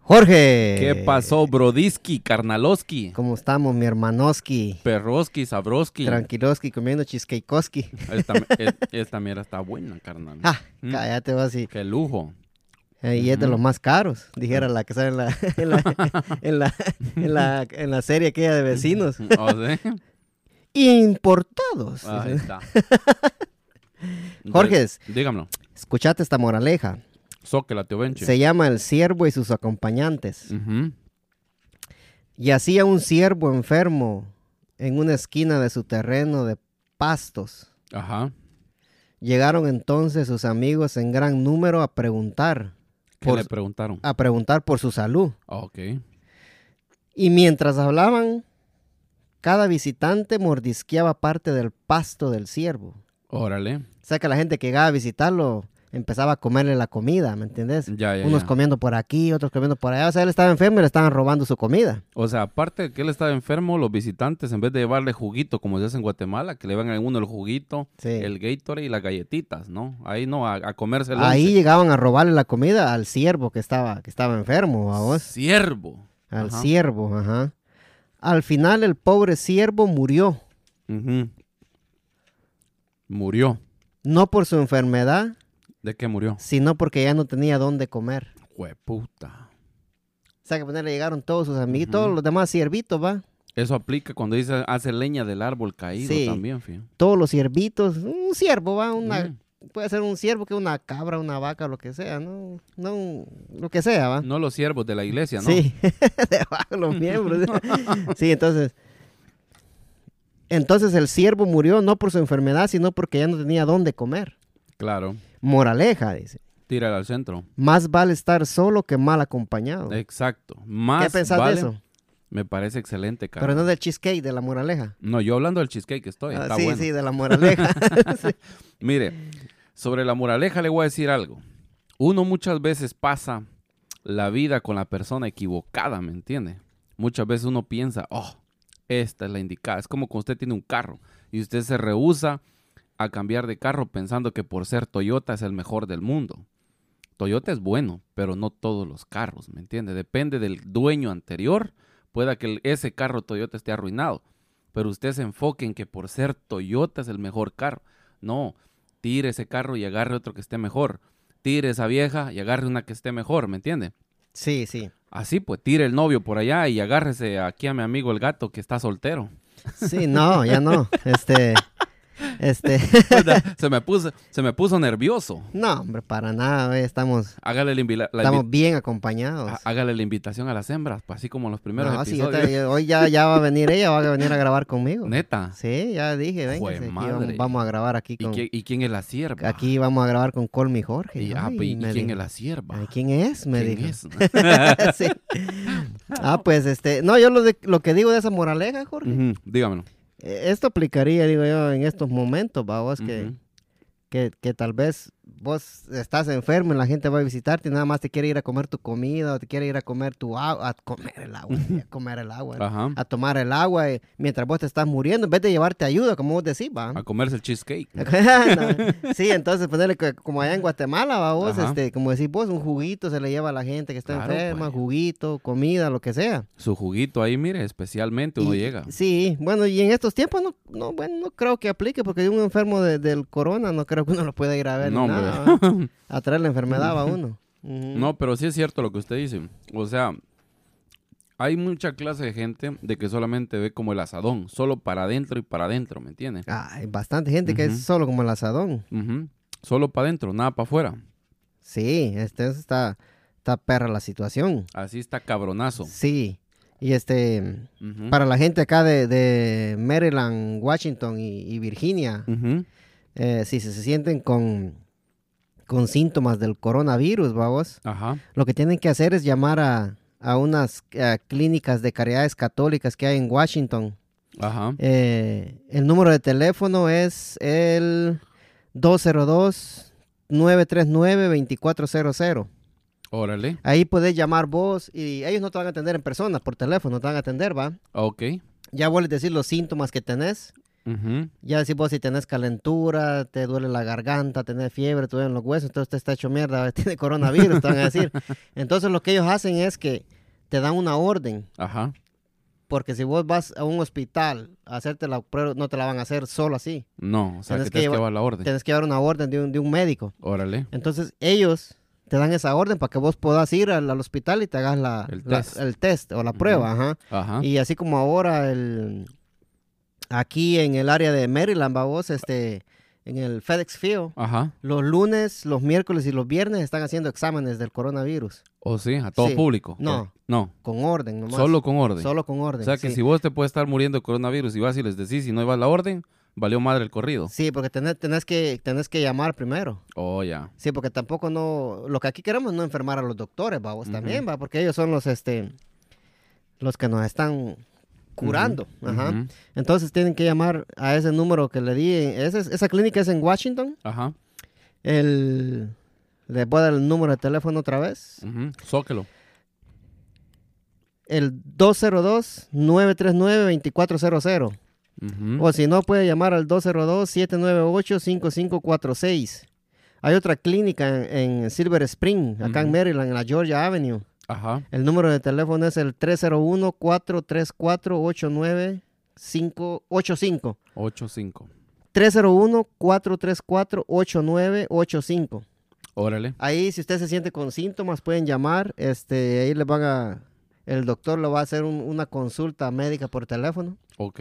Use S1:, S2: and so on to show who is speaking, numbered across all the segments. S1: Jorge.
S2: ¿Qué pasó, Brodiski, Karnaloski,
S1: ¿Cómo estamos, mi hermanoski?
S2: Perroski, Sabroski?
S1: Tranquiloski, comiendo cheesecakeoski.
S2: Esta, e- esta mierda está buena, carnal.
S1: Ah,
S2: Mm.
S1: cállate, vas y,
S2: Qué lujo.
S1: eh, y es de los más caros, dijera la que sale en la, en la, en la, en la, en la serie aquella de vecinos.
S2: O sea,
S1: Importados.
S2: ahí está.
S1: Jorge,
S2: Dígamelo.
S1: escuchate esta moraleja.
S2: Soque la tío Benche.
S1: Se llama El siervo y sus acompañantes.
S2: Ujú.
S1: Y hacía un siervo enfermo en una esquina de su terreno de pastos.
S2: Ajá.
S1: Llegaron entonces sus amigos en gran número a preguntar,
S2: ¿Qué
S1: Por-
S2: le preguntaron?
S1: a preguntar por su salud.
S2: Ah, ok.
S1: Y mientras hablaban, cada visitante mordisqueaba parte del pasto del siervo.
S2: Órale.
S1: O sea que la gente que llegaba a visitarlo empezaba a comerle la comida, ¿me entendés?
S2: Ya, ya,
S1: Unos
S2: ya.
S1: comiendo por aquí, otros comiendo por allá. O sea, él estaba enfermo y le estaban robando su comida.
S2: O sea, aparte de que él estaba enfermo, los visitantes, en vez de llevarle juguito, como se hace en Guatemala, que le van a uno el juguito,
S1: Sí.
S2: el Gatorade y las galletitas, ¿no? Ahí no, a, a comerse el
S1: Ahí
S2: once.
S1: llegaban a robarle la comida al siervo que estaba, que estaba enfermo, a vos.
S2: Siervo.
S1: Al
S2: Ajá.
S1: siervo, ajá. Al final el pobre siervo murió,
S2: Ujú. Murió.
S1: no por su enfermedad,
S2: ¿De qué murió?
S1: sino porque ya no tenía dónde comer.
S2: Jueputa.
S1: O sea, que ponerle llegaron todos sus amiguitos, todos los demás siervitos, va.
S2: Eso aplica cuando dice hace leña del árbol caído
S1: Sí.
S2: también, fíjate.
S1: Todos los siervitos, un siervo, va, una,
S2: Mm.
S1: puede ser un siervo que una cabra, una vaca, lo que sea, no, no, un- lo que sea, va.
S2: No los siervos de la iglesia, ¿no?
S1: ah. Sí, debajo de los miembros. sí, entonces, entonces el siervo murió no por su enfermedad, sino porque ya no tenía dónde comer.
S2: Claro.
S1: Moraleja, dice,
S2: Tírala al centro.
S1: más vale estar solo que mal acompañado.
S2: Exacto. Más
S1: ¿Qué pensás
S2: vale-
S1: de eso?
S2: Me parece excelente, cara.
S1: Pero no del cheesecake, de la moraleja.
S2: No, yo hablando del cheesecake estoy.
S1: Ah,
S2: está
S1: sí,
S2: bueno.
S1: sí, de la moraleja.
S2: Mire, sobre la moraleja le voy a decir algo. Uno muchas veces pasa la vida con la persona equivocada, ¿me entiende? Muchas veces uno piensa, oh, esta es la indicada. Es como cuando usted tiene un carro y usted se rehúsa a cambiar de carro pensando que por ser Toyota es el mejor del mundo. Toyota es bueno, pero no todos los carros, ¿me entiende? Depende del dueño anterior, pueda que el- ese carro Toyota esté arruinado, pero usted se enfoque en que por ser Toyota es el mejor carro. No, tire ese carro y agarre otro que esté mejor. Tire esa vieja y agarre una que esté mejor, ¿me entiende?
S1: sí, sí.
S2: Así pues, tire el novio por allá y agárrese aquí a mi amigo el gato que está soltero.
S1: Sí, no, ya no. Este, este,
S2: se, me puso, se me puso nervioso.
S1: no, hombre, para nada, güey, estamos,
S2: Hágale la, invila- la
S1: estamos
S2: invi-
S1: bien acompañados.
S2: há- hágale la invitación a las hembras, pues, así como los primeros
S1: No, sí, yo
S2: episodios.
S1: te- yo- hoy ya, ya va a venir ella, va a venir a grabar conmigo.
S2: Neta.
S1: Sí, ya dije, venga,
S2: Jue
S1: aquí
S2: madre.
S1: vamos, vamos a grabar aquí
S2: ¿Y,
S1: con,
S2: quién, y quién es la sierva?
S1: aquí vamos a grabar con Colmi Jorge.
S2: Y, ah,
S1: Ay,
S2: pues, ¿y
S1: me
S2: quién
S1: dijo.
S2: es la sierva?
S1: Ay, ¿quién es? Me
S2: ¿Quién
S1: dijo.
S2: es?
S1: Sí. Ah, pues este, no, yo lo, de- lo que digo de esa moraleja, Jorge,
S2: Ujú, Dígamelo.
S1: eh, esto aplicaría, digo yo, en estos momentos, va, vos, que...
S2: Ujú.
S1: que, que tal vez vos estás enfermo y la gente va a visitarte y nada más te quiere ir a comer tu comida o te quiere ir a comer tu agua, a comer el agua, a comer el agua,
S2: Ajá.
S1: a tomar el agua eh, mientras vos te estás muriendo en vez de llevarte ayuda, como vos decís, va.
S2: A comerse el cheesecake.
S1: No. Sí, entonces ponerle que- como allá en Guatemala, va vos,
S2: Ajá.
S1: este, como decís vos, un juguito se le lleva a la gente que está
S2: Claro,
S1: enferma,
S2: pues.
S1: juguito, comida, lo que sea.
S2: Su juguito ahí, mire, especialmente uno
S1: Y-
S2: llega.
S1: Sí, bueno, y en estos tiempos no, no, bueno, no creo que aplique porque un enfermo de- del corona no creo que uno lo pueda ir a ver. ni
S2: No, hombre.
S1: nada, ¿va? a traer la enfermedad va uno. Ujú.
S2: No, pero sí es cierto lo que usted dice. O sea, hay mucha clase de gente de que solamente ve como el asadón, solo para adentro y para adentro, ¿me entiendes?
S1: Ah, hay bastante gente que
S2: Ujú.
S1: es solo como el asadón.
S2: Solo para adentro, nada para afuera.
S1: Sí, este eso está, está perra la situación.
S2: Así está cabronazo.
S1: Sí, y este,
S2: Ujú.
S1: para la gente acá de, de Maryland, Washington y, y Virginia,
S2: Ujú.
S1: eh, si se, se sienten con, con síntomas del coronavirus, vamos,
S2: Ajá.
S1: lo que tienen que hacer es llamar a, a unas eh, clínicas de caridades católicas que hay en Washington.
S2: Ajá.
S1: Eh, el número de teléfono es el 202-939-2400.
S2: Órale.
S1: Ahí podés llamar vos y ellos no te van a atender en persona, por teléfono te van a atender, ¿va?
S2: Ok.
S1: Ya vuelves a decir los síntomas que tenés
S2: Ujú.
S1: Ya si vos si tenés calentura, te duele la garganta, tenés fiebre, te duelen los huesos, entonces te está hecho mierda, tiene coronavirus, te van a decir. Entonces lo que ellos hacen es que te dan una orden,
S2: Ajá.
S1: porque si vos vas a un hospital a hacerte la prueba, no te la van a hacer solo así.
S2: No, o sea,
S1: Tienes
S2: que
S1: que
S2: tienes que
S1: llevar-
S2: llevar la orden.
S1: Tienes que llevar una orden de un, de un médico.
S2: Órale.
S1: Entonces ellos te dan esa orden para que vos puedas ir al, al hospital y te hagas la,
S2: El
S1: la-
S2: test. Ah.
S1: el test o la prueba. Ajá.
S2: Ajá.
S1: Y así como ahora el aquí en el área de Maryland, va vos, este, en el FedEx Field,
S2: Ajá.
S1: los lunes, los miércoles y los viernes están haciendo exámenes del coronavirus
S2: O sí, a todo
S1: Sí.
S2: público.
S1: No.
S2: No,
S1: con orden, nomás.
S2: solo con orden.
S1: Solo con orden.
S2: o sea, que
S1: sí.
S2: si vos te puedes estar muriendo de coronavirus y vas y les decís y no ibas la orden, valió madre el corrido.
S1: Sí, porque tenés, tenés que tenés que llamar primero.
S2: Oh, ya.
S1: Sí, porque tampoco no lo que aquí queremos es no enfermar a los doctores, va vos también, va, porque ellos son los este los que nos están curando, ajá.
S2: Ujú.
S1: Entonces tienen que llamar a ese número que le di. Ese es- esa clínica es en Washington.
S2: Ajá.
S1: El... ¿Le puedo dar el número de teléfono otra vez?
S2: Ujú. Zóquelo.
S1: El 202-939-2400.
S2: Ujú.
S1: O si no, puede llamar al 202-798-5546. Hay otra clínica en, en Silver Spring, acá en
S2: Ujú.
S1: Maryland, en la Georgia Avenue.
S2: Ajá.
S1: El número de teléfono es el 301-434-8985.
S2: 8-5.
S1: 301-434-8985.
S2: Órale.
S1: Ahí, si usted se siente con síntomas, pueden llamar. Este, ahí les van a. El doctor le va a hacer un- una consulta médica por teléfono.
S2: Ok.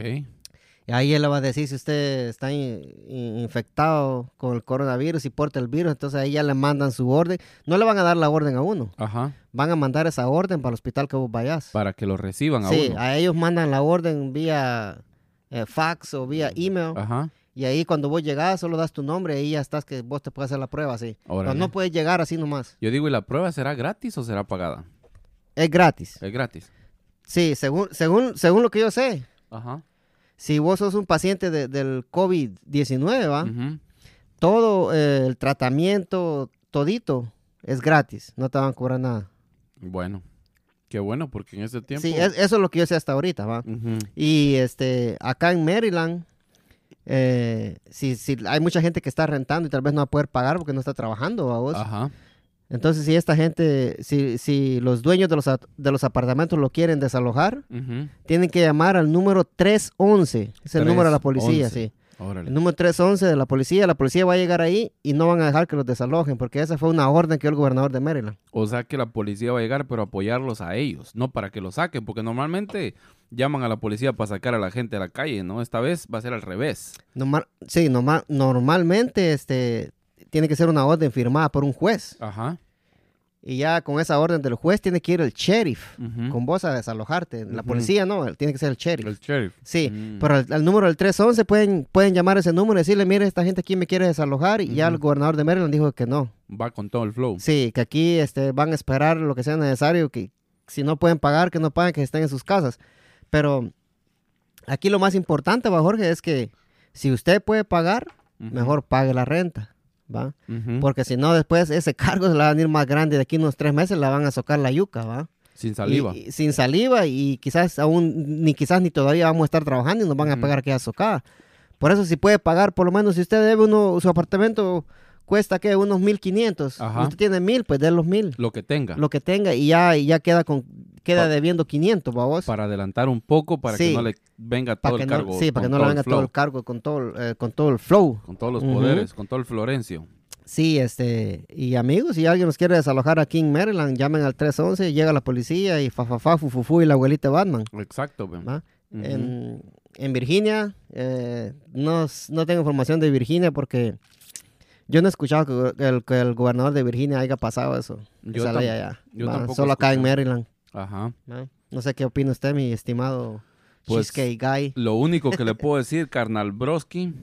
S1: Y ahí él le va a decir si usted está in- in- infectado con el coronavirus y porta el virus. Entonces ahí ya le mandan su orden. No le van a dar la orden a uno.
S2: Ajá.
S1: Van a mandar esa orden para el hospital que vos vayas.
S2: Para que lo reciban a
S1: sí,
S2: uno.
S1: a ellos mandan la orden vía eh, fax o vía
S2: Mm.
S1: email.
S2: Ajá.
S1: Y ahí cuando vos llegás, solo das tu nombre y ahí ya estás que vos te puedes hacer la prueba así. Pero
S2: Órale.
S1: no puedes llegar así nomás.
S2: Yo digo, ¿y la prueba será gratis o será pagada?
S1: Es gratis.
S2: Es gratis.
S1: Sí, según, según, según lo que yo sé,
S2: Ajá.
S1: si vos sos un paciente de- del COVID-19, ¿va?
S2: Ujú.
S1: todo eh, el tratamiento, todito, es gratis. No te van a cobrar nada.
S2: Bueno. Qué bueno, porque en este tiempo.
S1: Sí, es- eso es lo que yo sé hasta ahorita, ¿va?
S2: Ujú.
S1: Y este, acá en Maryland, eh, si, si hay mucha gente que está rentando y tal vez no va a poder pagar porque no está trabajando, ¿va vos?
S2: Ajá.
S1: Entonces, si esta gente, si, si los dueños de los, at- de los apartamentos lo quieren desalojar,
S2: Ujú.
S1: tienen que llamar al número 311. Es el número de la policía,
S2: 311.
S1: sí. El
S2: Órale.
S1: número 311 de la policía. La policía va a llegar ahí y no van a dejar que los desalojen, porque esa fue una orden que dio el gobernador de Maryland.
S2: O sea que la policía va a llegar, pero apoyarlos a ellos, no para que los saquen, porque normalmente llaman a la policía para sacar a la gente a la calle, ¿no? Esta vez va a ser al revés.
S1: Normal- sí, normal- normalmente este, tiene que ser una orden firmada por un juez.
S2: Ajá.
S1: Y ya con esa orden del juez tiene que ir el sheriff
S2: Ujú.
S1: con vos a desalojarte. La
S2: Ujú.
S1: policía no, él tiene que ser el sheriff.
S2: El sheriff.
S1: Sí,
S2: Mm.
S1: pero al, al número del 311 pueden, pueden llamar ese número y decirle, mire, esta gente aquí me quiere desalojar. Y ya el
S2: Ujú.
S1: gobernador de Maryland dijo que no.
S2: Va con todo el flow.
S1: Sí, que aquí este, van a esperar lo que sea necesario, que si no pueden pagar, que no paguen, que estén en sus casas. Pero aquí lo más importante, va, Jorge, es que si usted puede pagar,
S2: Ujú.
S1: mejor pague la renta, ¿va?
S2: Ujú.
S1: Porque si no, después ese cargo se la van a ir más grande y de aquí unos tres meses la van a socar la yuca, ¿va?
S2: Sin
S1: Y-
S2: saliva.
S1: y sin saliva y quizás aún, ni quizás ni todavía vamos a estar trabajando y nos van a
S2: Ujú.
S1: pagar aquella socada. Por eso si puede pagar, por lo menos si usted debe uno, su apartamento cuesta que unos 1500.
S2: Ajá.
S1: Usted tiene mil, pues dé los mil,
S2: Lo que tenga.
S1: lo que tenga y ya, y ya queda con, queda
S2: Pa-
S1: debiendo 500, babos.
S2: Para adelantar un poco, para que
S1: Sí.
S2: no le venga
S1: Pa'
S2: todo
S1: que
S2: el
S1: no-
S2: cargo.
S1: sí, para que
S2: con
S1: no le
S2: el
S1: venga todo
S2: flow,
S1: el cargo con todo, el, eh, con todo el flow.
S2: Con todos los
S1: Ujú.
S2: poderes, con todo el Florencio.
S1: Sí, este, y amigos, si alguien nos quiere desalojar aquí en Maryland, llamen al 311, llega la policía y fa, fa, fa, fu, fu, fu, y la abuelita Batman.
S2: Exacto. ve.
S1: ¿va?
S2: Ujú.
S1: en, en Virginia. eh, no, s- no tengo información de Virginia porque yo no he escuchado que go- que el, que el gobernador de Virginia haya pasado eso.
S2: Yo
S1: esa ley
S2: tam-
S1: allá,
S2: yo
S1: ¿va?
S2: tampoco he
S1: Solo acá en
S2: escuchado.
S1: Maryland.
S2: Ajá.
S1: ¿va? No sé qué opina usted, mi estimado
S2: Pues-
S1: Cheesecake Guy.
S2: Lo único que le puedo decir, carnal Broski,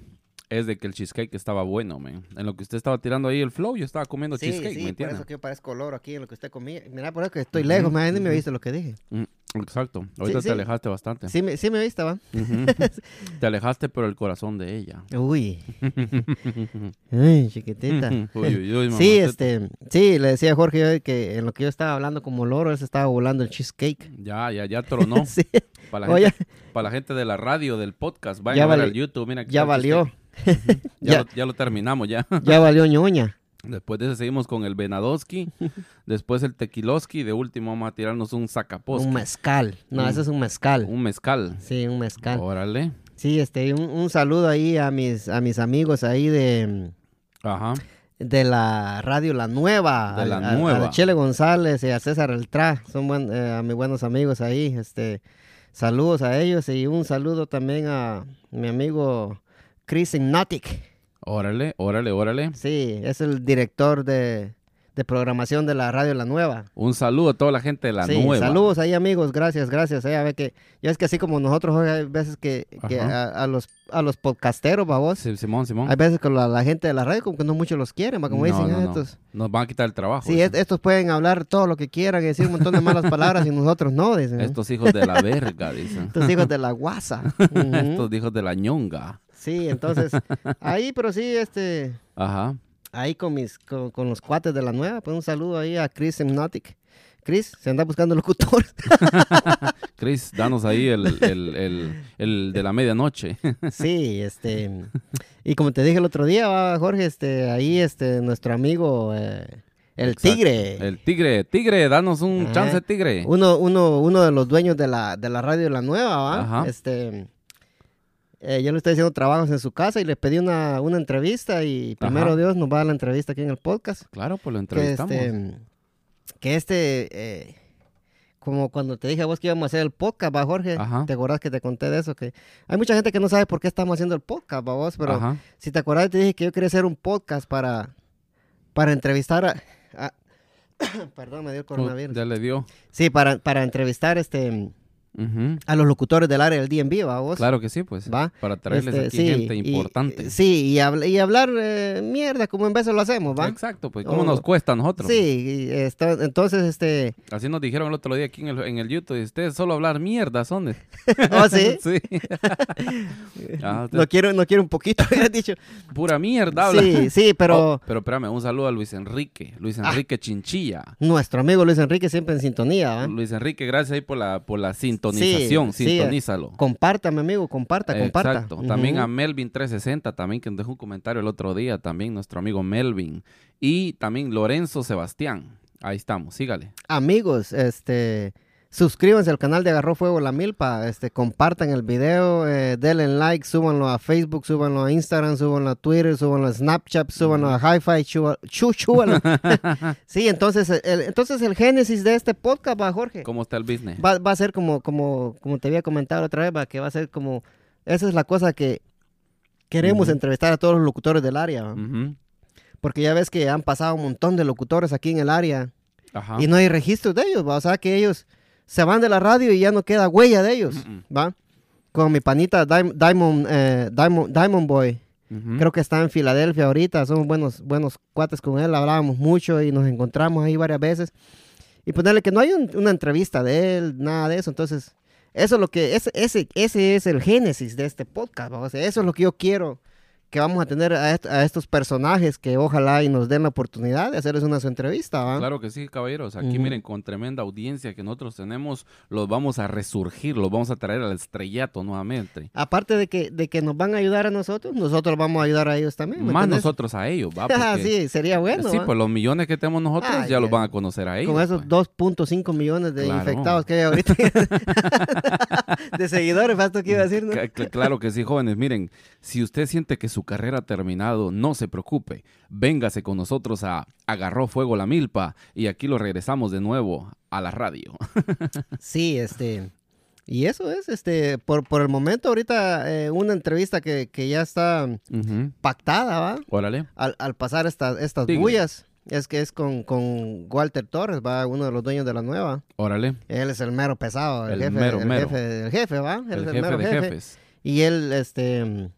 S2: es de que el cheesecake estaba bueno, man. En lo que usted estaba tirando ahí el flow, yo estaba comiendo
S1: Sí,
S2: cheesecake,
S1: sí,
S2: ¿me
S1: por
S2: entiende?
S1: eso que yo parezco olor aquí en lo que usted comía. Mira, por eso que estoy lejos, man, ni me viste lo que dije.
S2: Mm, Exacto. Ahorita
S1: sí.
S2: te alejaste bastante.
S1: Sí me, sí me viste, va.
S2: Ujú. te alejaste, pero el corazón de ella.
S1: Uy. Ay, chiquitita.
S2: Uy, uy, uy,
S1: Sí,
S2: mamacita.
S1: este, sí, le decía a Jorge yo que en lo que yo estaba hablando como loro, él se estaba volando el cheesecake.
S2: Ya, ya, ya tronó.
S1: Sí,
S2: Para la,
S1: Oye.
S2: gente, para la gente de la radio, del podcast, vayan
S1: Ya
S2: a ver
S1: vali-
S2: al YouTube. Mira, aquí
S1: ya
S2: está el
S1: valió,
S2: cheesecake. Ya,
S1: ya.
S2: Lo, ya lo terminamos, ya.
S1: ya valió ñoña.
S2: Después de eso seguimos con el Venadoski, después el Tequiloski, de último vamos a tirarnos un Zacapos,
S1: Un mezcal. No,
S2: Mm.
S1: ese es un mezcal.
S2: un Oh. mezcal.
S1: Sí, un mezcal.
S2: Órale.
S1: Sí, este, un, un saludo ahí a mis, a mis amigos ahí de,
S2: Ajá.
S1: de la radio La Nueva.
S2: De La
S1: al- al- al
S2: Nueva.
S1: Chele González y a César Eltrá, son buen- eh, a mis buenos amigos ahí. Este, saludos a ellos y un saludo también a mi amigo Chris Ignatic.
S2: Órale, órale, órale.
S1: Sí, es el director de, de programación de la radio La Nueva.
S2: Un saludo a toda la gente de la
S1: sí,
S2: nueva.
S1: saludos ahí amigos, gracias, gracias. eh, a ver que, ya es que así como nosotros Jorge, hay veces que, que
S2: Ajá.
S1: a, a los a los podcasteros, babos,
S2: Sí, Simón, Simón.
S1: hay veces que la, la gente de la radio como que no muchos los quieren, va, como
S2: No,
S1: dicen
S2: no,
S1: "Ah,
S2: no.
S1: estos.
S2: Nos van a quitar el trabajo.
S1: Sí,
S2: dicen.
S1: est- estos pueden hablar todo lo que quieran y decir un montón de malas palabras y nosotros no, dicen. Estos,
S2: Estos hijos de la verga, dicen.
S1: hijos de la guasa. Ujú.
S2: Estos hijos de la ñonga.
S1: Sí, entonces, ahí, pero sí, este,
S2: Ajá.
S1: ahí con mis con, con los cuates de la nueva. Pues un saludo ahí a Chris Semnotic. Chris, se anda buscando locutor.
S2: Chris, danos ahí el, el- el- el de la medianoche.
S1: sí, este. Y como te dije el otro día, va, Jorge, este, ahí este, nuestro amigo, eh, el
S2: Exacto,
S1: Tigre.
S2: El tigre, tigre, danos un
S1: Ajá.
S2: chance, tigre.
S1: Uno, uno, uno de los dueños de la, de la radio La Nueva, ¿va?
S2: Ajá.
S1: Este. eh, yo le estoy haciendo trabajos en su casa y le pedí una, una entrevista y primero
S2: Ajá.
S1: Dios nos va a dar la entrevista aquí en el podcast.
S2: Claro, pues lo
S1: que
S2: entrevistamos.
S1: este, que este eh, como cuando te dije a vos que íbamos a hacer el podcast, va Jorge,
S2: Ajá.
S1: ¿te acordás que te conté de eso? Que hay mucha gente que no sabe por qué estamos haciendo el podcast, va vos, pero
S2: Ajá.
S1: si te acordás te dije que yo quería hacer un podcast para, para entrevistar a, a- perdón, me dio el coronavirus.
S2: Ya le dio.
S1: Sí, para, para entrevistar este
S2: Ujú.
S1: a los locutores del área del DNB, va vos.
S2: Claro que sí, pues.
S1: ¿Va?
S2: Para traerles
S1: Este,
S2: aquí
S1: sí,
S2: gente
S1: y-
S2: importante.
S1: sí, y, habl- y hablar eh, mierda como en veces lo hacemos, ¿va?
S2: Exacto, pues. ¿Cómo
S1: Oh.
S2: nos cuesta a nosotros?
S1: Sí, y esto- entonces este
S2: Así nos dijeron el otro día aquí en el, en el YouTube. Ustedes solo hablar mierda, son.
S1: ¿Oh, sí?
S2: sí. Ah, ustedes
S1: No quiero, no quiero un poquito, habías dicho.
S2: Pura mierda, habla.
S1: Sí, sí, pero Ah.
S2: Oh, pero espérame, un saludo a Luis Enrique. Luis Enrique Chinchilla.
S1: nuestro amigo Luis Enrique siempre en sintonía, ¿va?
S2: Luis Enrique, gracias ahí por la, por la sintonización.
S1: ¿Ah? sí,
S2: sintonízalo.
S1: Comparta, mi amigo, comparta, comparta.
S2: Exacto. También
S1: Ujú.
S2: a Melvin360, también que nos dejó un comentario el otro día, también nuestro amigo Melvin. Y también Lorenzo Sebastián. Ahí estamos, sígale.
S1: Amigos, este, suscríbanse al canal de Agarró Fuego La Milpa, este, compartan el video, eh, denle like, súbanlo a Facebook, súbanlo a Instagram, súbanlo a Twitter, súbanlo a Snapchat, súbanlo a Hi-Fi, chúba- chú- chúbanlo. sí, entonces el, entonces el génesis de este podcast, ¿va, Jorge?
S2: ¿Cómo está el business?
S1: Va, va a ser como, como, como te había comentado la otra vez, va, que va a ser como, esa es la cosa que queremos
S2: Ujú. Mm.
S1: entrevistar a todos los locutores del área, va.
S2: Ujú.
S1: porque ya ves que han pasado un montón de locutores aquí en el área
S2: Ajá.
S1: y no hay registros de ellos, va, o sea que ellos se van de la radio y ya no queda huella de ellos,
S2: Mm,
S1: ¿va? Con mi panita Dim- Diamond, eh, Diamond, Diamond Boy,
S2: Ujú.
S1: creo que está en Filadelfia ahorita, somos buenos, buenos cuates con él, hablábamos mucho y nos encontramos ahí varias veces. Y ponerle que no hay un- una entrevista de él, nada de eso, entonces, eso es lo que, ese, ese, ese es el génesis de este podcast, ¿va? O sea, eso es lo que yo quiero que vamos a tener a, est- a estos personajes que ojalá y nos den la oportunidad de hacerles una su entrevista, ¿va?
S2: Claro que sí, caballeros. Aquí
S1: Ujú.
S2: miren, con tremenda audiencia que nosotros tenemos, los vamos a resurgir, los vamos a traer al estrellato nuevamente.
S1: Aparte de que, de que nos van a ayudar a nosotros, nosotros vamos a ayudar a ellos también. ¿me
S2: Más
S1: entendés?
S2: nosotros a ellos, ¿va?
S1: Ah,
S2: Porque-
S1: sí, sería bueno.
S2: sí,
S1: ¿va?
S2: pues los millones que tenemos nosotros
S1: Ay,
S2: ya los
S1: ay.
S2: van a conocer a ellos.
S1: Con esos
S2: pues.
S1: 2.5 millones de
S2: Claro.
S1: infectados que hay ahorita. de seguidores, fue esto que iba a decir, ¿no?
S2: Cla- cla- Claro que sí, jóvenes. Miren, si usted siente que su carrera ha terminado, no se preocupe. Véngase con nosotros a Agarró Fuego la Milpa y aquí lo regresamos de nuevo a la radio.
S1: Sí, este. Y eso es, este, por, por el momento ahorita eh, una entrevista que, que ya está
S2: Ujú.
S1: pactada, ¿va?
S2: Órale.
S1: Al, al pasar estas estas
S2: Tigre.
S1: bullas, es que es con, con Walter Torres, va, uno de los dueños de la nueva.
S2: Órale.
S1: Él es el mero pesado, el,
S2: El
S1: jefe,
S2: mero,
S1: el
S2: mero.
S1: jefe, el jefe, va, Él
S2: El
S1: es
S2: jefe
S1: mero
S2: de jefes.
S1: Y él, este, mm,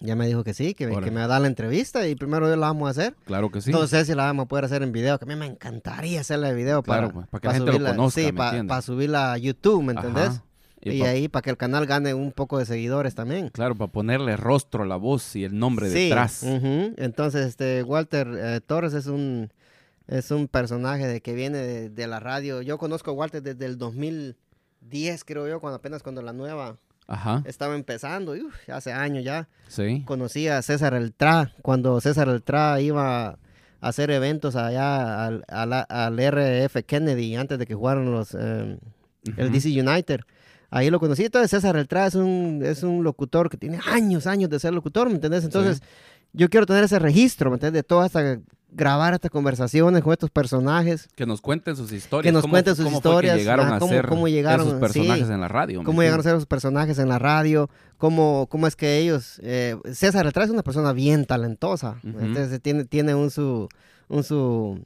S1: Ya me dijo que sí, que,
S2: Órale.
S1: que me va a dar la entrevista y primero yo la vamos a hacer.
S2: Claro que sí.
S1: No sé si la vamos a poder hacer en video, que a mí me encantaría hacerla de video
S2: Claro,
S1: para,
S2: pues, para que la gente lo
S1: subirla,
S2: conozca,
S1: sí,
S2: ¿me
S1: para,
S2: entiendes?
S1: subirla a YouTube, ¿me
S2: Ajá.
S1: entendés?
S2: Y
S1: Y,
S2: pa-
S1: ahí para que el canal gane un poco de seguidores también.
S2: Claro, para ponerle rostro, la voz y el nombre
S1: Sí, Mm.
S2: detrás.
S1: ujú. Entonces, este Walter eh, Torres es un es un personaje de que viene de, de la radio. Yo conozco a Walter desde el 2010, creo yo, cuando apenas cuando la nueva
S2: Ajá.
S1: estaba empezando, y, uf, hace años ya.
S2: Sí.
S1: Conocí a César Eltrá cuando César Eltrá iba a hacer eventos allá al, a la- al RF Kennedy antes de que jugaron los eh, el
S2: Ujú.
S1: DC United. Ahí lo conocí. Entonces, César Eltrá es un, es un locutor que tiene años, años de ser locutor, ¿me entendés? Entonces, yo quiero tener ese registro, ¿me entendés? De todas estas, grabar estas conversaciones con estos personajes,
S2: Que nos cuenten sus historias.
S1: Que nos
S2: cómo-
S1: cuenten sus
S2: cómo fue
S1: historias,
S2: que llegaron
S1: ajá,
S2: a
S1: cómo-
S2: ser
S1: cómo llegaron,
S2: esos personajes
S1: sí.
S2: en la radio. ¿me
S1: cómo llegaron a
S2: entiendes?
S1: ser los personajes en la radio, cómo, cómo es que ellos... eh, César Eltrá es una persona bien talentosa,
S2: Ujú.
S1: entonces tiene, tiene un su... Un su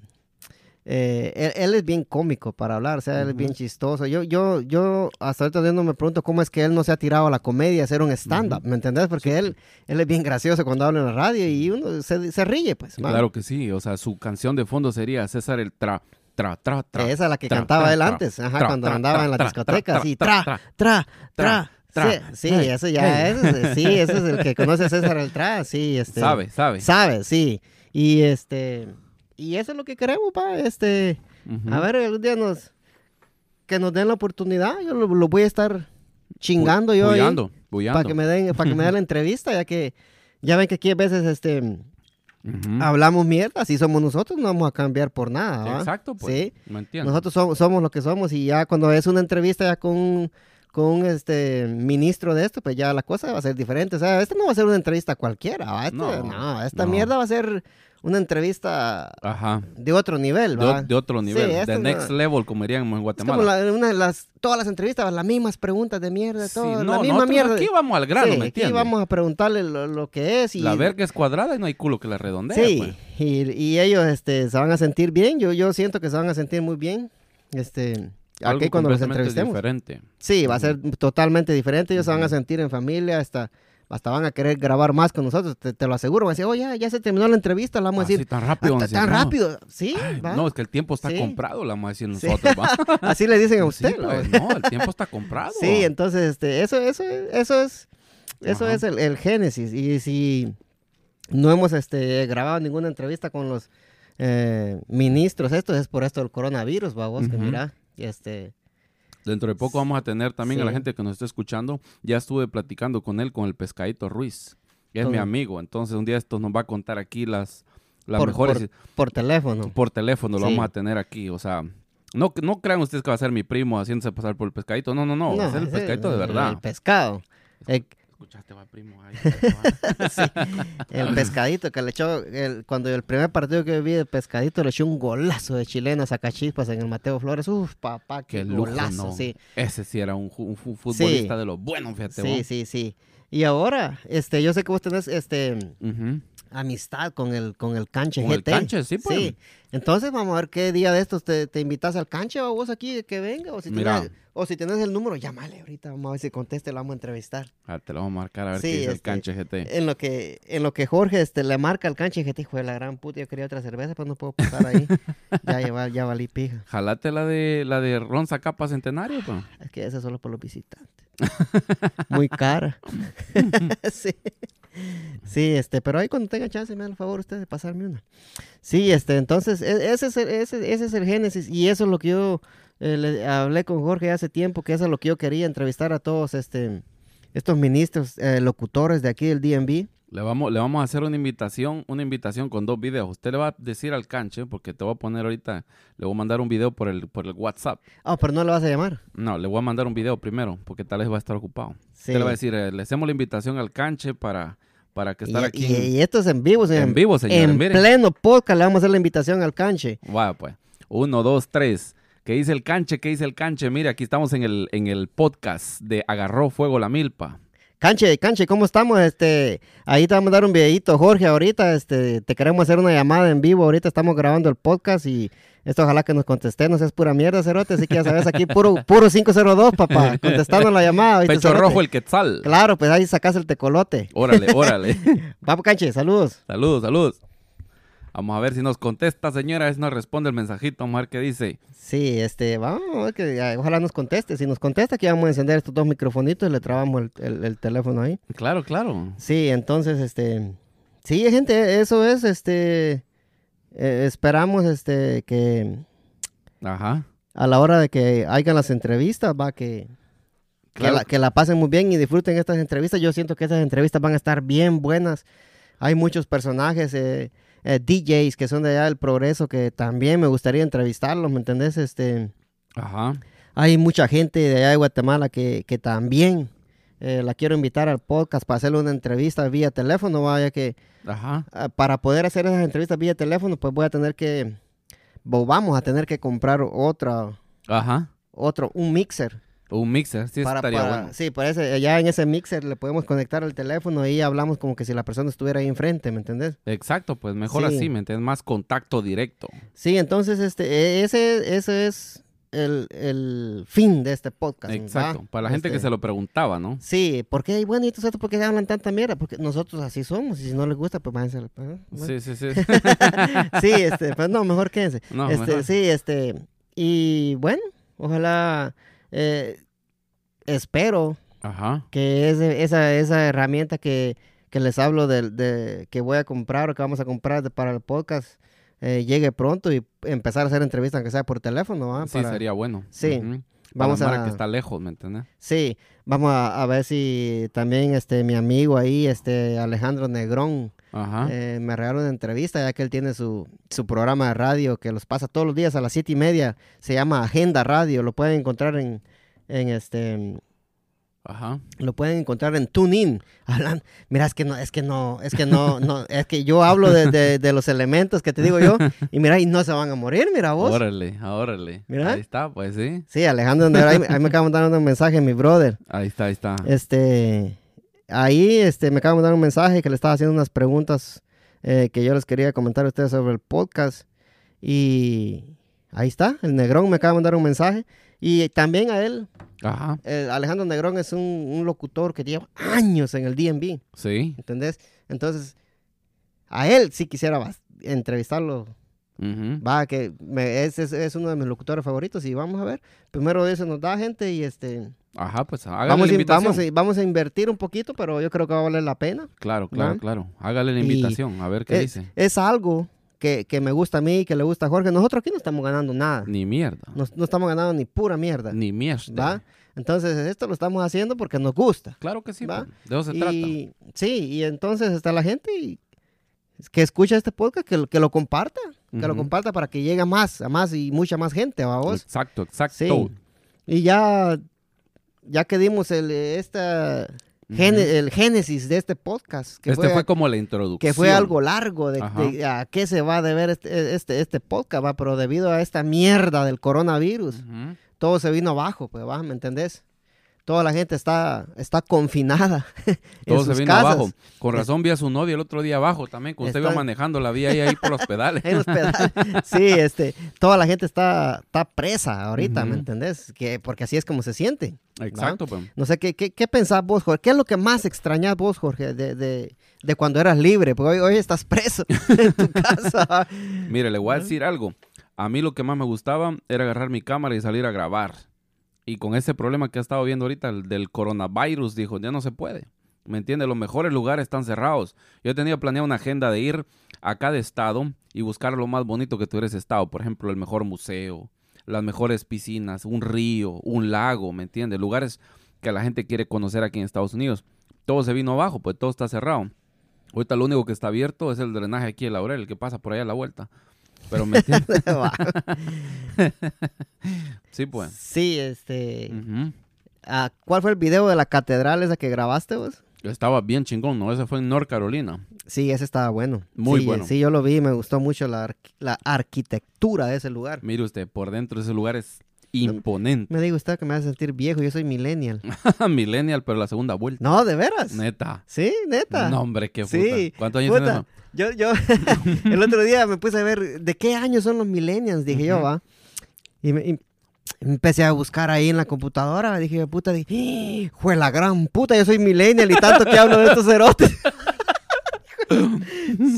S1: eh, él, él es bien cómico para hablar, o sea, él es
S2: Ujú.
S1: bien chistoso. Yo, yo, yo hasta ahorita yo no me pregunto cómo es que él no se ha tirado a la comedia, a hacer un stand-up, ¿me entendés? Porque él, él es bien gracioso cuando habla en la radio y uno se, se ríe, pues.
S2: Sí,
S1: man.
S2: Claro que sí. O sea, su canción de fondo sería César el tra, tra, tra, tra.
S1: Esa es la que
S2: tra,
S1: cantaba
S2: tra,
S1: él
S2: tra,
S1: antes, ajá,
S2: tra,
S1: cuando
S2: tra,
S1: andaba
S2: tra,
S1: en las
S2: tra,
S1: discotecas,
S2: tra,
S1: y
S2: tra,
S1: tra, tra, tra,
S2: tra,
S1: tra. Sí,
S2: hey,
S1: eso ya
S2: hey.
S1: es, eh, sí, ese es el que conoce a César el tra, sí, este.
S2: Sabe, sabe.
S1: Sabe, sí. Y este, y eso es lo que queremos, pa, este,
S2: Ujú.
S1: a ver, algún día nos, que nos den la oportunidad, yo lo, lo voy a estar chingando yo ahí,
S2: Bullando, bullando.
S1: para que me den, para que me den la entrevista, ya que, ya ven que aquí a veces, este,
S2: Ujú.
S1: hablamos mierda, así somos nosotros, no vamos a cambiar por nada, ¿va?
S2: Exacto, pues.
S1: Sí.
S2: ¿Me entiendes?
S1: Nosotros somos, somos lo que somos y ya cuando es una entrevista ya con, un- con un este, ministro de esto, pues ya la cosa va a ser diferente. O sea, esta no va a ser una entrevista cualquiera. ¿va? Este-
S2: No,
S1: no, esta
S2: no.
S1: mierda va a ser una entrevista
S2: Ajá.
S1: de otro nivel,
S2: De, o-
S1: ¿va?
S2: de otro
S1: Sí,
S2: nivel.
S1: esto
S2: de
S1: no-
S2: next level, como diríamos en
S1: es
S2: Guatemala.
S1: como la- una de las, todas las entrevistas, las mismas preguntas de mierda,
S2: Sí,
S1: todo,
S2: no,
S1: la misma
S2: nosotros
S1: mierda.
S2: Aquí vamos al grano,
S1: Sí,
S2: ¿me
S1: aquí
S2: entiendes?
S1: vamos a preguntarle lo, lo que es y
S2: La verga es cuadrada y no hay culo que la redondee.
S1: Sí,
S2: pues.
S1: y, y ellos este, se van a sentir bien, yo, yo siento que se van a sentir muy bien, este,
S2: Algo
S1: aquí cuando los
S2: completamente
S1: entrevistemos.
S2: diferente.
S1: Sí, va a ser totalmente diferente. Ellos se van a sentir en familia, hasta, hasta van a querer grabar más con nosotros, te, te lo aseguro. Van a decir, oh, ya, ya se terminó la entrevista, la vamos a
S2: Así
S1: decir.
S2: tan rápido.
S1: "Ah,
S2: vamos a
S1: ta-
S2: decir,
S1: tan
S2: no.
S1: rápido. Sí,
S2: Ay,
S1: va.
S2: no, es que el tiempo está
S1: Sí.
S2: comprado, la vamos a decir
S1: Sí.
S2: nosotros. ¿va?
S1: así le dicen a usted.
S2: Sí,
S1: ¿no?
S2: pues, no, el tiempo está comprado.
S1: Sí, entonces, este, eso, eso, eso es, eso
S2: Ajá.
S1: es el, el génesis. Y si no hemos este, grabado ninguna entrevista con los eh, ministros, esto es por esto del coronavirus, babos, que
S2: Ujú.
S1: mira, y este,
S2: Dentro de poco vamos a tener también a la
S1: Sí.
S2: gente que nos está escuchando. Ya estuve platicando con él, con el pescadito Ruiz. que es mi
S1: Con-
S2: amigo. Entonces, un día estos nos va a contar aquí las, las
S1: por,
S2: mejores.
S1: por, por teléfono.
S2: por teléfono lo
S1: Sí.
S2: vamos a tener aquí, o sea, no, no crean ustedes que va a ser mi primo haciéndose pasar por el pescadito, no, no, no, va a ser el
S1: ese-
S2: pescadito de
S1: El
S2: verdad.
S1: pescado. Eh, El,
S2: Escuchaste, va primo, ahí.
S1: el pescadito que le echó, el- cuando el primer partido que vi de pescadito le echó un golazo de chilena sacachispas en el Mateo Flores. Uf, papá, qué,
S2: Qué lujo,
S1: golazo,
S2: no.
S1: sí.
S2: Ese sí era un, ju- un fu- futbolista de los buenos, fíjate
S1: Sí,
S2: vos.
S1: sí, sí. Y ahora, este, yo sé que vos tenés este
S2: Ujú.
S1: amistad con el con el canche
S2: Con el
S1: GT.
S2: Canche, sí, pues.
S1: Entonces vamos a ver qué día de estos te, te invitas al canche o vos aquí que venga. O si,
S2: Mira.
S1: tenés, o si tenés el número, llámale ahorita, vamos a ver si conteste, lo vamos a entrevistar.
S2: Ah, te lo vamos a marcar a ver
S1: Sí,
S2: qué dice el
S1: este,
S2: canche GT.
S1: En lo que, en lo que Jorge este, le marca al canche, que te hijo de la gran puta, yo quería otra cerveza, pues no puedo pasar ahí. ya, lleva- ya valí pija.
S2: Jalate la de, la de Ron Zacapa Centenario, pues.
S1: Es que esa es solo para los visitantes. Muy cara. sí. Sí, este, pero ahí cuando tenga chance, me da el favor usted de pasarme una. Sí, este, entonces, e- ese es el, ese, ese es el génesis y eso es lo que yo eh, le hablé con Jorge hace tiempo, que eso es lo que yo quería, entrevistar a todos este, estos ministros, eh, locutores de aquí del DNB.
S2: Le vamos, le vamos a hacer una invitación, una invitación con dos videos. Usted le va a decir al canche, porque te voy a poner ahorita, le voy a mandar un video por el, por el WhatsApp.
S1: Ah, pero no le vas a llamar.
S2: No, le voy a mandar un video primero, porque tal vez va a estar ocupado.
S1: Sí.
S2: Usted le va a decir, eh, le hacemos la invitación al canche para, para que estar
S1: Y-
S2: aquí
S1: Y, y esto es en vivo,
S2: en,
S1: señor.
S2: en vivo, señores.
S1: en
S2: miren.
S1: pleno podcast le vamos a hacer la invitación al canche.
S2: Vaya, pues. Uno, dos, tres. ¿Qué dice el canche? ¿Qué dice el canche? Mire, aquí estamos en el, en el podcast de Agarró Fuego la Milpa.
S1: Canche, Canche, ¿cómo estamos? Este, ahí te vamos a dar un videito, Jorge, ahorita, este, te queremos hacer una llamada en vivo, ahorita estamos grabando el podcast y esto ojalá que nos contesté, no seas pura mierda, Cerote, así que ya sabes, aquí puro, puro 502, papá, contestando la llamada. ¿oíste,
S2: Pecho
S1: cerote?
S2: rojo el quetzal.
S1: Claro, pues ahí sacas el tecolote.
S2: Órale, órale.
S1: Papo Canche, saludos.
S2: saludos, saludos. Vamos a ver si nos contesta, señora. Si nos responde el mensajito, vamos a ver qué dice.
S1: Sí, este, vamos, a ver que, ah, ojalá nos conteste. Si nos contesta, aquí vamos a encender estos dos microfonitos y le trabamos el- el- el teléfono ahí.
S2: Claro, claro.
S1: Sí, entonces, este, sí, gente, eso es, este, eh, esperamos, este, que
S2: Ajá.
S1: a la hora de que hagan las entrevistas, va, que, que
S2: Claro.
S1: la, que la pasen muy bien y disfruten estas entrevistas. Yo siento que estas entrevistas van a estar bien buenas. Hay muchos personajes, eh, eh, DJs que son de allá del progreso que también me gustaría entrevistarlos, ¿me entendés? Este,
S2: Ajá.
S1: hay mucha gente de allá de Guatemala que, que también eh, la quiero invitar al podcast para hacerle una entrevista vía teléfono, vaya que...
S2: Ajá.
S1: ah, para poder hacer esas entrevistas vía teléfono, pues voy a tener que, o vamos a tener que comprar otra,
S2: Ajá.
S1: otro, un mixer.
S2: Un mixer, sí,
S1: para,
S2: estaría
S1: para-
S2: bueno.
S1: Sí, por ese, ya en ese mixer le podemos conectar el teléfono y hablamos como que si la persona estuviera ahí enfrente, ¿me entendés?
S2: Exacto, pues mejor
S1: Sí.
S2: así, ¿me entiendes? Más contacto directo.
S1: Sí, entonces este, e- ese, ese es el, el fin de este podcast. ¿va?
S2: Exacto. Para la gente que
S1: Este,
S2: se lo preguntaba, ¿no?
S1: Sí, porque hay bueno, y entonces ¿por qué hablan tanta mierda? Porque nosotros así somos, y si no les gusta, pues váyanse. a la- ah, bueno.
S2: Sí, sí, sí.
S1: sí, este, pues no, mejor quédense.
S2: No,
S1: Este,
S2: mejor.
S1: Sí, este, y bueno, ojalá, eh, espero
S2: Ajá.
S1: que ese- esa, esa herramienta que, que les hablo del- de, que voy a comprar o que vamos a comprar de- para el podcast eh, llegue pronto y empezar a hacer entrevistas, aunque sea por teléfono, ¿va?
S2: sí,
S1: Ah, Para-
S2: sería bueno.
S1: Sí.
S2: Ujú. Para
S1: Vamos
S2: la mara
S1: a,
S2: que está lejos, ¿me entiendes?
S1: sí, vamos a, a ver si también este mi amigo ahí, este Alejandro Negrón,
S2: Ajá.
S1: eh, me regaló una entrevista, ya que él tiene su, su programa de radio que los pasa todos los días a las siete y media. Se llama Agenda Radio. Lo pueden encontrar en, en este
S2: Ajá.
S1: lo pueden encontrar en TuneIn. Hablan, mira, es que no, es que no, es que no, no, es que yo hablo de, de- de los elementos que te digo yo, y mira, y no se van a morir, mira vos.
S2: Órale, órale.
S1: Mira.
S2: Ahí está, pues sí.
S1: Sí, Alejandro, Negra, ahí, me- ahí me acaba de mandar un mensaje mi brother.
S2: Ahí está, ahí está.
S1: Este, ahí este, me acaba de mandar un mensaje que le estaba haciendo unas preguntas eh, que yo les quería comentar a ustedes sobre el podcast. Y ahí está, el Negrón me acaba de mandar un mensaje. Y también a él,
S2: Ajá.
S1: el Alejandro Negrón es un, un locutor que lleva años en el DNB,
S2: Sí.
S1: ¿entendés? Entonces, a él sí quisiera bas- entrevistarlo.
S2: Ujú.
S1: Va, que me- es, es- es uno de mis locutores favoritos y vamos a ver. Primero eso nos da gente y este...
S2: Ajá, pues hágale
S1: Vamos
S2: la
S1: a,
S2: invitación.
S1: vamos, a, vamos a invertir un poquito, pero yo creo que va a valer la pena.
S2: Claro, claro,
S1: ¿Va?
S2: claro. Hágale la
S1: ¿Ah? Y-
S2: invitación, a ver qué
S1: Eh,
S2: dice.
S1: Es algo que, que me gusta a mí, que le gusta a Jorge. Nosotros aquí no estamos ganando nada.
S2: Ni mierda.
S1: No, no estamos ganando ni pura mierda.
S2: Ni mierda.
S1: ¿va? Entonces, esto lo estamos haciendo porque nos gusta.
S2: Claro que sí,
S1: ¿Va?
S2: pues, de eso se trata.
S1: Y, sí, y entonces está la gente y- que escucha este podcast, que, lo- que lo comparta. Que lo
S2: Ujú.
S1: comparta para que llegue a más, a más y mucha más gente, ¿va vos?
S2: Exacto, exacto.
S1: Sí. Y ya, ya que dimos el, eh, esta gene-
S2: Ujú.
S1: el génesis de este podcast, que,
S2: este fue,
S1: fue,
S2: como la introducción.
S1: que fue algo largo de,
S2: Ajá.
S1: de a qué se va a deber este, este, este podcast, va, pero debido a esta mierda del coronavirus,
S2: Ujú.
S1: todo se vino abajo, pues va, ¿me entendés? Toda la gente está, está confinada. en
S2: Todo se
S1: sus
S2: vino
S1: casas, Eh.
S2: abajo. Con razón vi a su novia el otro día abajo también, cuando usted iba
S1: Está-
S2: manejando la vía ahí, ahí por los pedales.
S1: en los pedales. Sí, este, toda la gente está, está presa ahorita, ¿me
S2: Ujú.
S1: entendés? Que, porque así es como se siente.
S2: Exacto, pues.
S1: No sé, ¿qué, qué, qué pensás vos, Jorge? ¿Qué es lo que más extrañas vos, Jorge, de, de, de cuando eras libre? Porque hoy, hoy estás preso en tu casa.
S2: Mire, le voy a decir algo. A mí lo que más me gustaba era agarrar mi cámara y salir a grabar. Y con ese problema que ha estado viendo ahorita el del coronavirus, dijo, ya no se puede. ¿Me entiende? Los mejores lugares están cerrados. Yo tenía planeado una agenda de ir a cada estado y buscar lo más bonito que tuviera ese estado. Por ejemplo, el mejor museo, las mejores piscinas, un río, un lago, ¿me entiende? Lugares que la gente quiere conocer aquí en Estados Unidos. Todo se vino abajo, pues todo está cerrado. Ahorita lo único que está abierto es el drenaje aquí de Laurel, el que pasa por allá a la vuelta. Pero me entiende. Sí, pues.
S1: sí, este.
S2: Ujú.
S1: ah, ¿Cuál fue el video de la catedral esa que grabaste vos?
S2: Estaba bien chingón, ¿no? Ese fue en North Carolina.
S1: Sí, ese estaba bueno.
S2: Muy
S1: Sí,
S2: bueno.
S1: Sí, yo lo vi y me gustó mucho la, arqui- la arquitectura de ese lugar.
S2: Mire usted, por dentro ese lugar es Imponente.
S1: Me digo usted que me hace sentir viejo, yo soy millennial.
S2: Millennial, pero la segunda vuelta.
S1: No, de veras.
S2: Neta.
S1: Sí, neta.
S2: No, hombre, qué puta.
S1: Sí,
S2: ¿Cuántos años
S1: puta.
S2: tienes? no?
S1: Yo, yo, el otro día me puse a ver de qué año son los millennials, dije yo,
S2: Ujú.
S1: va. Y, me- y empecé a buscar ahí en la computadora, dije yo, puta, dije, "¡Ah! jue la gran puta, yo soy millennial y tanto que hablo de estos cerotes.